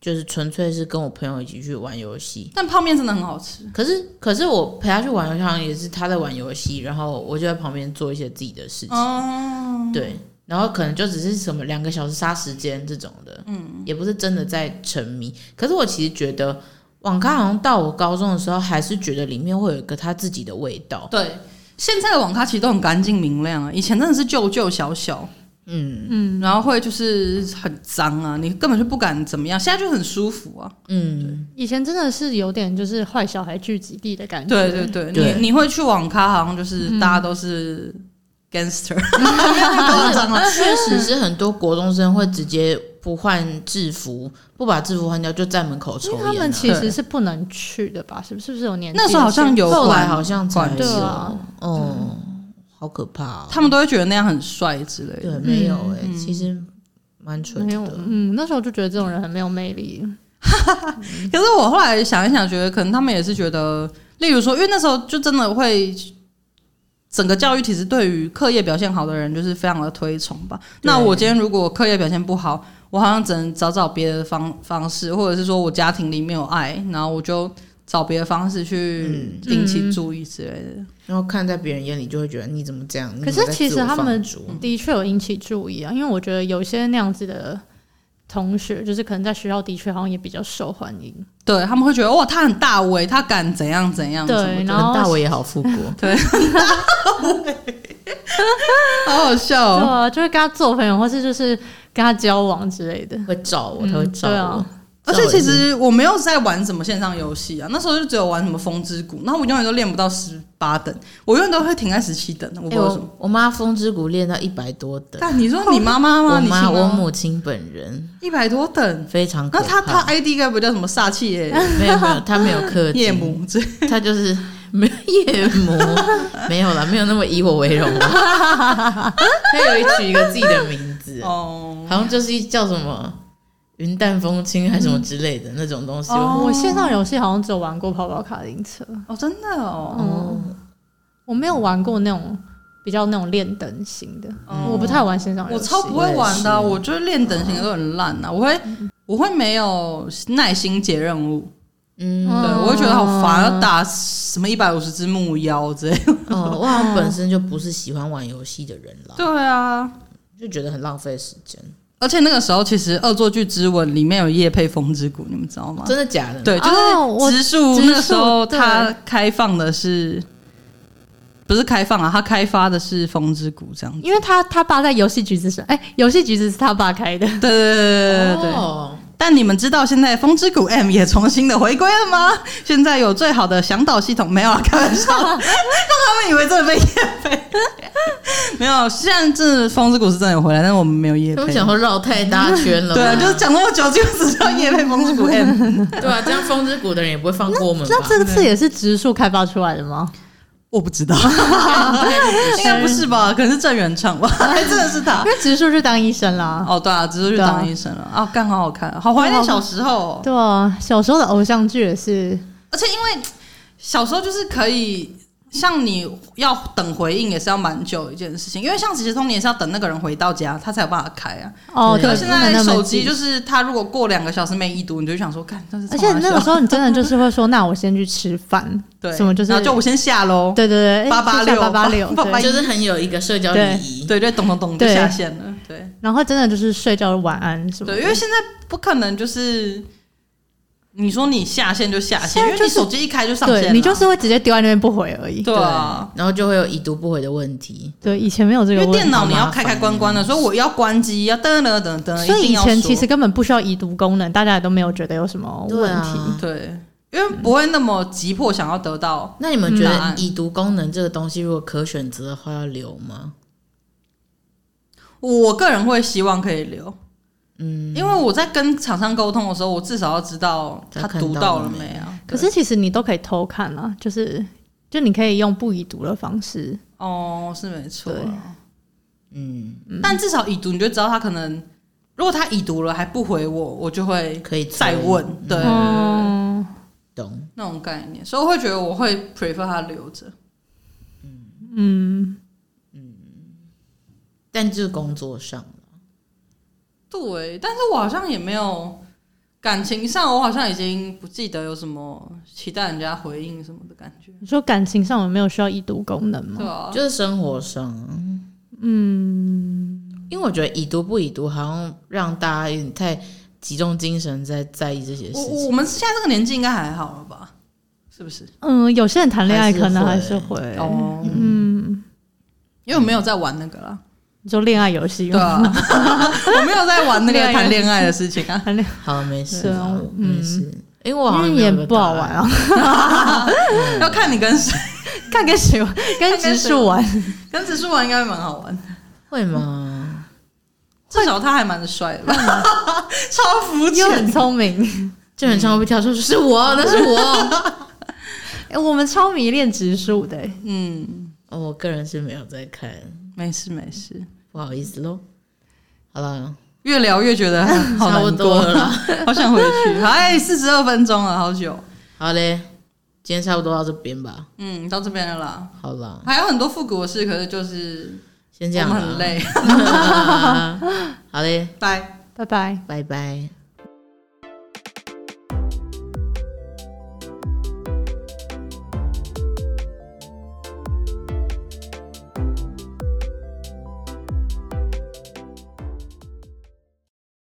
Speaker 2: 就是纯粹是跟我朋友一起去玩游戏。
Speaker 1: 但泡面真的很好吃，
Speaker 2: 可是可是我陪他去玩游戏，好像也是他在玩游戏，然后我就在旁边做一些自己的事情，
Speaker 1: 哦，
Speaker 2: 对，然后可能就只是什么两个小时杀时间这种的，嗯，也不是真的在沉迷。可是我其实觉得网咖好像到我高中的时候，还是觉得里面会有一个他自己的味道，
Speaker 1: 对，现在的网咖其实都很干净明亮啊，以前真的是旧旧小小，
Speaker 2: 嗯
Speaker 1: 嗯，然后会就是很脏啊，你根本就不敢怎么样，现在就很舒服啊。
Speaker 2: 嗯。
Speaker 3: 以前真的是有点就是坏小孩聚集地的感觉。
Speaker 1: 对对对，
Speaker 2: 对
Speaker 1: 你你会去网咖，好像就是大家都是 gangster，没有那么夸张啊
Speaker 2: 确实是很多国中生会直接不换制服，不把制服换掉就在门口抽
Speaker 3: 因
Speaker 2: 烟
Speaker 3: 为
Speaker 2: 啊、
Speaker 3: 他们其实是不能去的吧？是不是？是不是有年纪的
Speaker 1: 那时候好像有
Speaker 2: 后来
Speaker 1: 管
Speaker 2: 好像才
Speaker 1: 管
Speaker 3: 制
Speaker 2: 有
Speaker 3: 对啊
Speaker 2: 嗯，好可怕、哦。
Speaker 1: 他们都会觉得那样很帅之类的。
Speaker 2: 对没有哎、
Speaker 1: 嗯
Speaker 2: 其实蛮蠢
Speaker 3: 没有？
Speaker 2: 的。
Speaker 3: 嗯，那时候就觉得这种人很没有魅力。
Speaker 1: 嗯可是我后来想一想，觉得可能他们也是觉得，例如说，因为那时候就真的会。整个教育体制对于课业表现好的人就是非常的推崇吧。
Speaker 2: 对
Speaker 1: 那我今天如果课业表现不好，我好像只能找找别的方方式，或者是说我家庭里没有爱，然后我就找别的方式去引起注意之类的。
Speaker 2: 然后看在别人眼里就会觉得你怎么这样？你
Speaker 3: 可是
Speaker 2: 怎么在
Speaker 3: 其实
Speaker 2: 自我
Speaker 3: 他们
Speaker 2: 放逐嗯
Speaker 3: 的确有引起注意啊，因为我觉得有些那样子的同学，就是可能在学校的确好像也比较受欢迎。
Speaker 1: 对他们会觉得哇，他很大威，他敢怎样怎样，什么的
Speaker 3: 对，然后
Speaker 2: 可能大伟也好 复国，
Speaker 1: 好好笑
Speaker 3: 对
Speaker 1: 哦。
Speaker 3: 啊，就是跟他做朋友，或是就是跟他交往之类的。
Speaker 2: 会找我，他会找
Speaker 3: 对
Speaker 2: 我
Speaker 3: 啊。
Speaker 1: 而
Speaker 2: 找
Speaker 1: 且
Speaker 2: 我
Speaker 1: 其实我没有在玩什么线上游戏啊，那时候就只有玩什么风之谷，那我永远都练不到十八等，我永远都会停在十七等，我不
Speaker 2: 哎、
Speaker 1: 知道为什么。
Speaker 2: 我我妈风之谷练到一百多等，
Speaker 1: 但你说你妈妈吗？
Speaker 3: 啊
Speaker 2: 我
Speaker 1: 你
Speaker 2: 妈
Speaker 1: 亲
Speaker 2: 哎我
Speaker 1: 吗
Speaker 2: 母亲本人
Speaker 1: 一百多等，
Speaker 2: 非常可
Speaker 1: 那
Speaker 2: 怕。
Speaker 1: 她她 ID 该不叫什么煞气耶
Speaker 2: 没有没有，她没有氪金
Speaker 1: 夜，魔之类
Speaker 2: 她就是 没有夜 魔，没有啦，没有那么以我为荣啦。 她有一取一个自己的名字，
Speaker 1: 哦，
Speaker 2: 好像就是叫什么云淡风轻还是什么之类的那种东西。
Speaker 1: 哦
Speaker 3: 我线上游戏好像只有玩过跑跑卡丁车，
Speaker 1: 哦真的哦，
Speaker 2: 哦，
Speaker 3: 我没有玩过那种比较那种练等型的，
Speaker 1: 哦
Speaker 3: 我不太玩线上游
Speaker 1: 我
Speaker 3: 戏。
Speaker 1: 超不会玩的啊，
Speaker 2: 我也
Speaker 1: 我就是练等型都很烂啊，我会我会没有耐心解任务，
Speaker 2: 嗯，
Speaker 1: 对
Speaker 3: 嗯
Speaker 1: 我会觉得好烦，要打什么一百五十只木妖之类的。
Speaker 2: 哦，我好像本身就不是喜欢玩游戏的人啦，
Speaker 1: 对啊，
Speaker 2: 就觉得很浪费时间。
Speaker 1: 而且那个时候，其实《恶作剧之吻》里面有叶配风之谷，你们知道吗？
Speaker 2: 真的假的？，
Speaker 1: 对，就
Speaker 3: 哦我
Speaker 1: 是植树
Speaker 3: 植
Speaker 1: 那个时候，
Speaker 3: 树对
Speaker 1: 它开放的是不是开放啊？它开发的是风之谷这样子。
Speaker 3: 因为他他爸在游戏局子上，哎、游戏局子是他爸开 的，
Speaker 1: 对对对对对对。
Speaker 2: 哦，
Speaker 1: 但你们知道现在风之谷 M 也重新的回归了吗？现在有最好的向导系统，没有啊，开玩 笑，让他们以为这被叶配。没有，现在这风之谷是真的有回来，但是我们没有叶
Speaker 2: 他
Speaker 1: 配
Speaker 2: 们。想说绕太大圈 了吧，
Speaker 1: 对啊，就是讲那么久，就只知道叶配风之谷 M。
Speaker 2: 对啊，这样风之谷的人也不会放过我们吧？
Speaker 3: 那这次也是植树开发出来的吗？
Speaker 1: 我不知道，
Speaker 2: 应
Speaker 1: 应该不是吧？可能是郑元畅 吧？还真的是他
Speaker 3: 因。为植树去当医生啦。
Speaker 1: 哦，对啊，只是去
Speaker 3: 对啊
Speaker 1: 当医生了 啊，干好好看，好怀念小时候哦、
Speaker 3: 对啊，小时候的偶像剧也是，
Speaker 1: 而且因为小时候就是可以，像你要等回应也是要蛮久的一件事情，因为像即时通你也是要等那个人回到家，他才有办法开啊。
Speaker 3: 哦，
Speaker 2: 对
Speaker 1: 可
Speaker 3: 对，。
Speaker 1: 是现在手机就是是他如果过两个小时没已读，你就想说，干，但是
Speaker 3: 而且那个时候你真的就是会说，那我先去吃饭，
Speaker 1: 对，
Speaker 3: 什么就是
Speaker 1: 然后就我先下喽，
Speaker 3: 对对
Speaker 1: 886
Speaker 3: 对，八 八六，
Speaker 1: 886
Speaker 3: 对
Speaker 2: 就是很有一个社交礼仪。
Speaker 1: 对对，咚咚咚就
Speaker 3: 对
Speaker 1: 下线了，对
Speaker 3: 然后真的就是睡觉晚安什么的，
Speaker 1: 对，因为现在不可能就是。你说你下线就下
Speaker 3: 现
Speaker 1: 线，
Speaker 3: 在
Speaker 1: 因为
Speaker 3: 就
Speaker 1: 你
Speaker 3: 是
Speaker 1: 手机一开就上线
Speaker 3: 对
Speaker 1: 了，啊
Speaker 3: 你就是会直接丢在那边不回而已。
Speaker 1: 对啊，
Speaker 2: 然后就会有已读不回的问题。
Speaker 3: 对，以前没有这
Speaker 1: 因
Speaker 3: 个
Speaker 1: 为
Speaker 3: 问
Speaker 1: 电
Speaker 3: 题，
Speaker 1: 脑你要开开关关的，所以我要关机，要噔噔噔噔，
Speaker 2: 呃
Speaker 3: 所
Speaker 1: 一
Speaker 3: 以
Speaker 1: 定
Speaker 3: 以
Speaker 1: 要
Speaker 3: 前
Speaker 1: 说
Speaker 3: 其实根本不需要已读功能，大家也都没有觉得有什么
Speaker 2: 对
Speaker 3: 问题。
Speaker 2: 啊，
Speaker 1: 对，因为不会那么急迫想要得到。
Speaker 2: 那你们
Speaker 3: 嗯
Speaker 2: 觉
Speaker 1: 答
Speaker 2: 得
Speaker 1: 案
Speaker 2: 已读功能这个东西，如果可选择的话，要留吗？
Speaker 1: 我个人会希望可以留，
Speaker 2: 嗯，
Speaker 1: 因为我在跟厂商沟通的时候，我至少要知道他
Speaker 2: 他看
Speaker 1: 读
Speaker 2: 到
Speaker 1: 到
Speaker 2: 了
Speaker 1: 了
Speaker 2: 没
Speaker 1: 没啊。
Speaker 3: 可是其实你都可以偷看啊，就是就你可以用不已读的方式。
Speaker 1: 哦，是没错啊，
Speaker 2: 嗯，
Speaker 1: 但至少已读你就知道他可能，如果他已读了还不回我，我就会
Speaker 2: 可以催
Speaker 1: 再问，对，
Speaker 3: 嗯，
Speaker 2: 懂。
Speaker 1: 那种概念，所以我会觉得我会 prefer 他留着。
Speaker 2: 但就是工作上，
Speaker 1: 对，但是我好像也没有感情上，我好像已经不记得有什么期待人家回应什么的感觉，
Speaker 3: 你说感情上有没有需要已读功能
Speaker 1: 对
Speaker 3: 吗？
Speaker 1: 啊，
Speaker 2: 就是生活上，嗯，因为我觉得已读不已读，好像让大家有点太集中精神在在意这些
Speaker 1: 我
Speaker 2: 事
Speaker 1: 我
Speaker 2: 情。
Speaker 1: 我们现在这个年纪应该还好了吧？是不是？
Speaker 3: 嗯，有些人谈恋爱
Speaker 2: 还是
Speaker 3: 可能还
Speaker 2: 会
Speaker 3: 是会，
Speaker 1: 哦，
Speaker 3: 嗯，
Speaker 1: 因为我没有在玩那个啦，
Speaker 3: 你说恋爱游戏
Speaker 1: 对
Speaker 3: 用
Speaker 1: 啊，我没有在玩那个谈恋爱的事情啊。
Speaker 3: 谈恋
Speaker 2: 好，没事
Speaker 3: 对
Speaker 2: 啊，
Speaker 3: 啊
Speaker 2: 我
Speaker 3: 嗯
Speaker 2: 没事，因为我好
Speaker 3: 爱，
Speaker 2: 像
Speaker 3: 因
Speaker 2: 没
Speaker 3: 为
Speaker 2: 有
Speaker 3: 也
Speaker 2: 一个
Speaker 3: 不好
Speaker 2: 答
Speaker 3: 玩
Speaker 2: 案
Speaker 3: 啊，
Speaker 1: 要看你跟谁，
Speaker 3: 看跟谁玩，跟
Speaker 1: 看跟
Speaker 3: 植
Speaker 1: 谁
Speaker 3: 树玩。
Speaker 1: 跟植树玩应该会蛮好玩。
Speaker 2: 会吗？
Speaker 1: 至少他还蛮帅的， 超肤
Speaker 3: 又很
Speaker 1: 浅。
Speaker 3: 聪明。
Speaker 2: 就 很常会被跳出说是我，啊那是我。
Speaker 3: 哎，我们超迷恋植树的、哎
Speaker 1: 嗯，
Speaker 2: 哦我个人是没有在看，
Speaker 1: 没事没事，
Speaker 2: 不好意思喽。好了，
Speaker 1: 越聊越觉得好
Speaker 2: 差不
Speaker 1: 难
Speaker 2: 多
Speaker 1: 过
Speaker 2: 了，啦。
Speaker 1: 好想回去。哎，四十二分钟了，好久。
Speaker 2: 好嘞，今天差不多到这边吧。
Speaker 1: 嗯，到这边了啦，
Speaker 2: 好啦，
Speaker 1: 还有很多复古的事，可是就是
Speaker 2: 先
Speaker 1: 我
Speaker 2: 这样啊
Speaker 1: 们
Speaker 2: 啦
Speaker 1: 很累。
Speaker 2: 好嘞，
Speaker 1: 拜。
Speaker 3: 拜拜。
Speaker 2: 拜拜。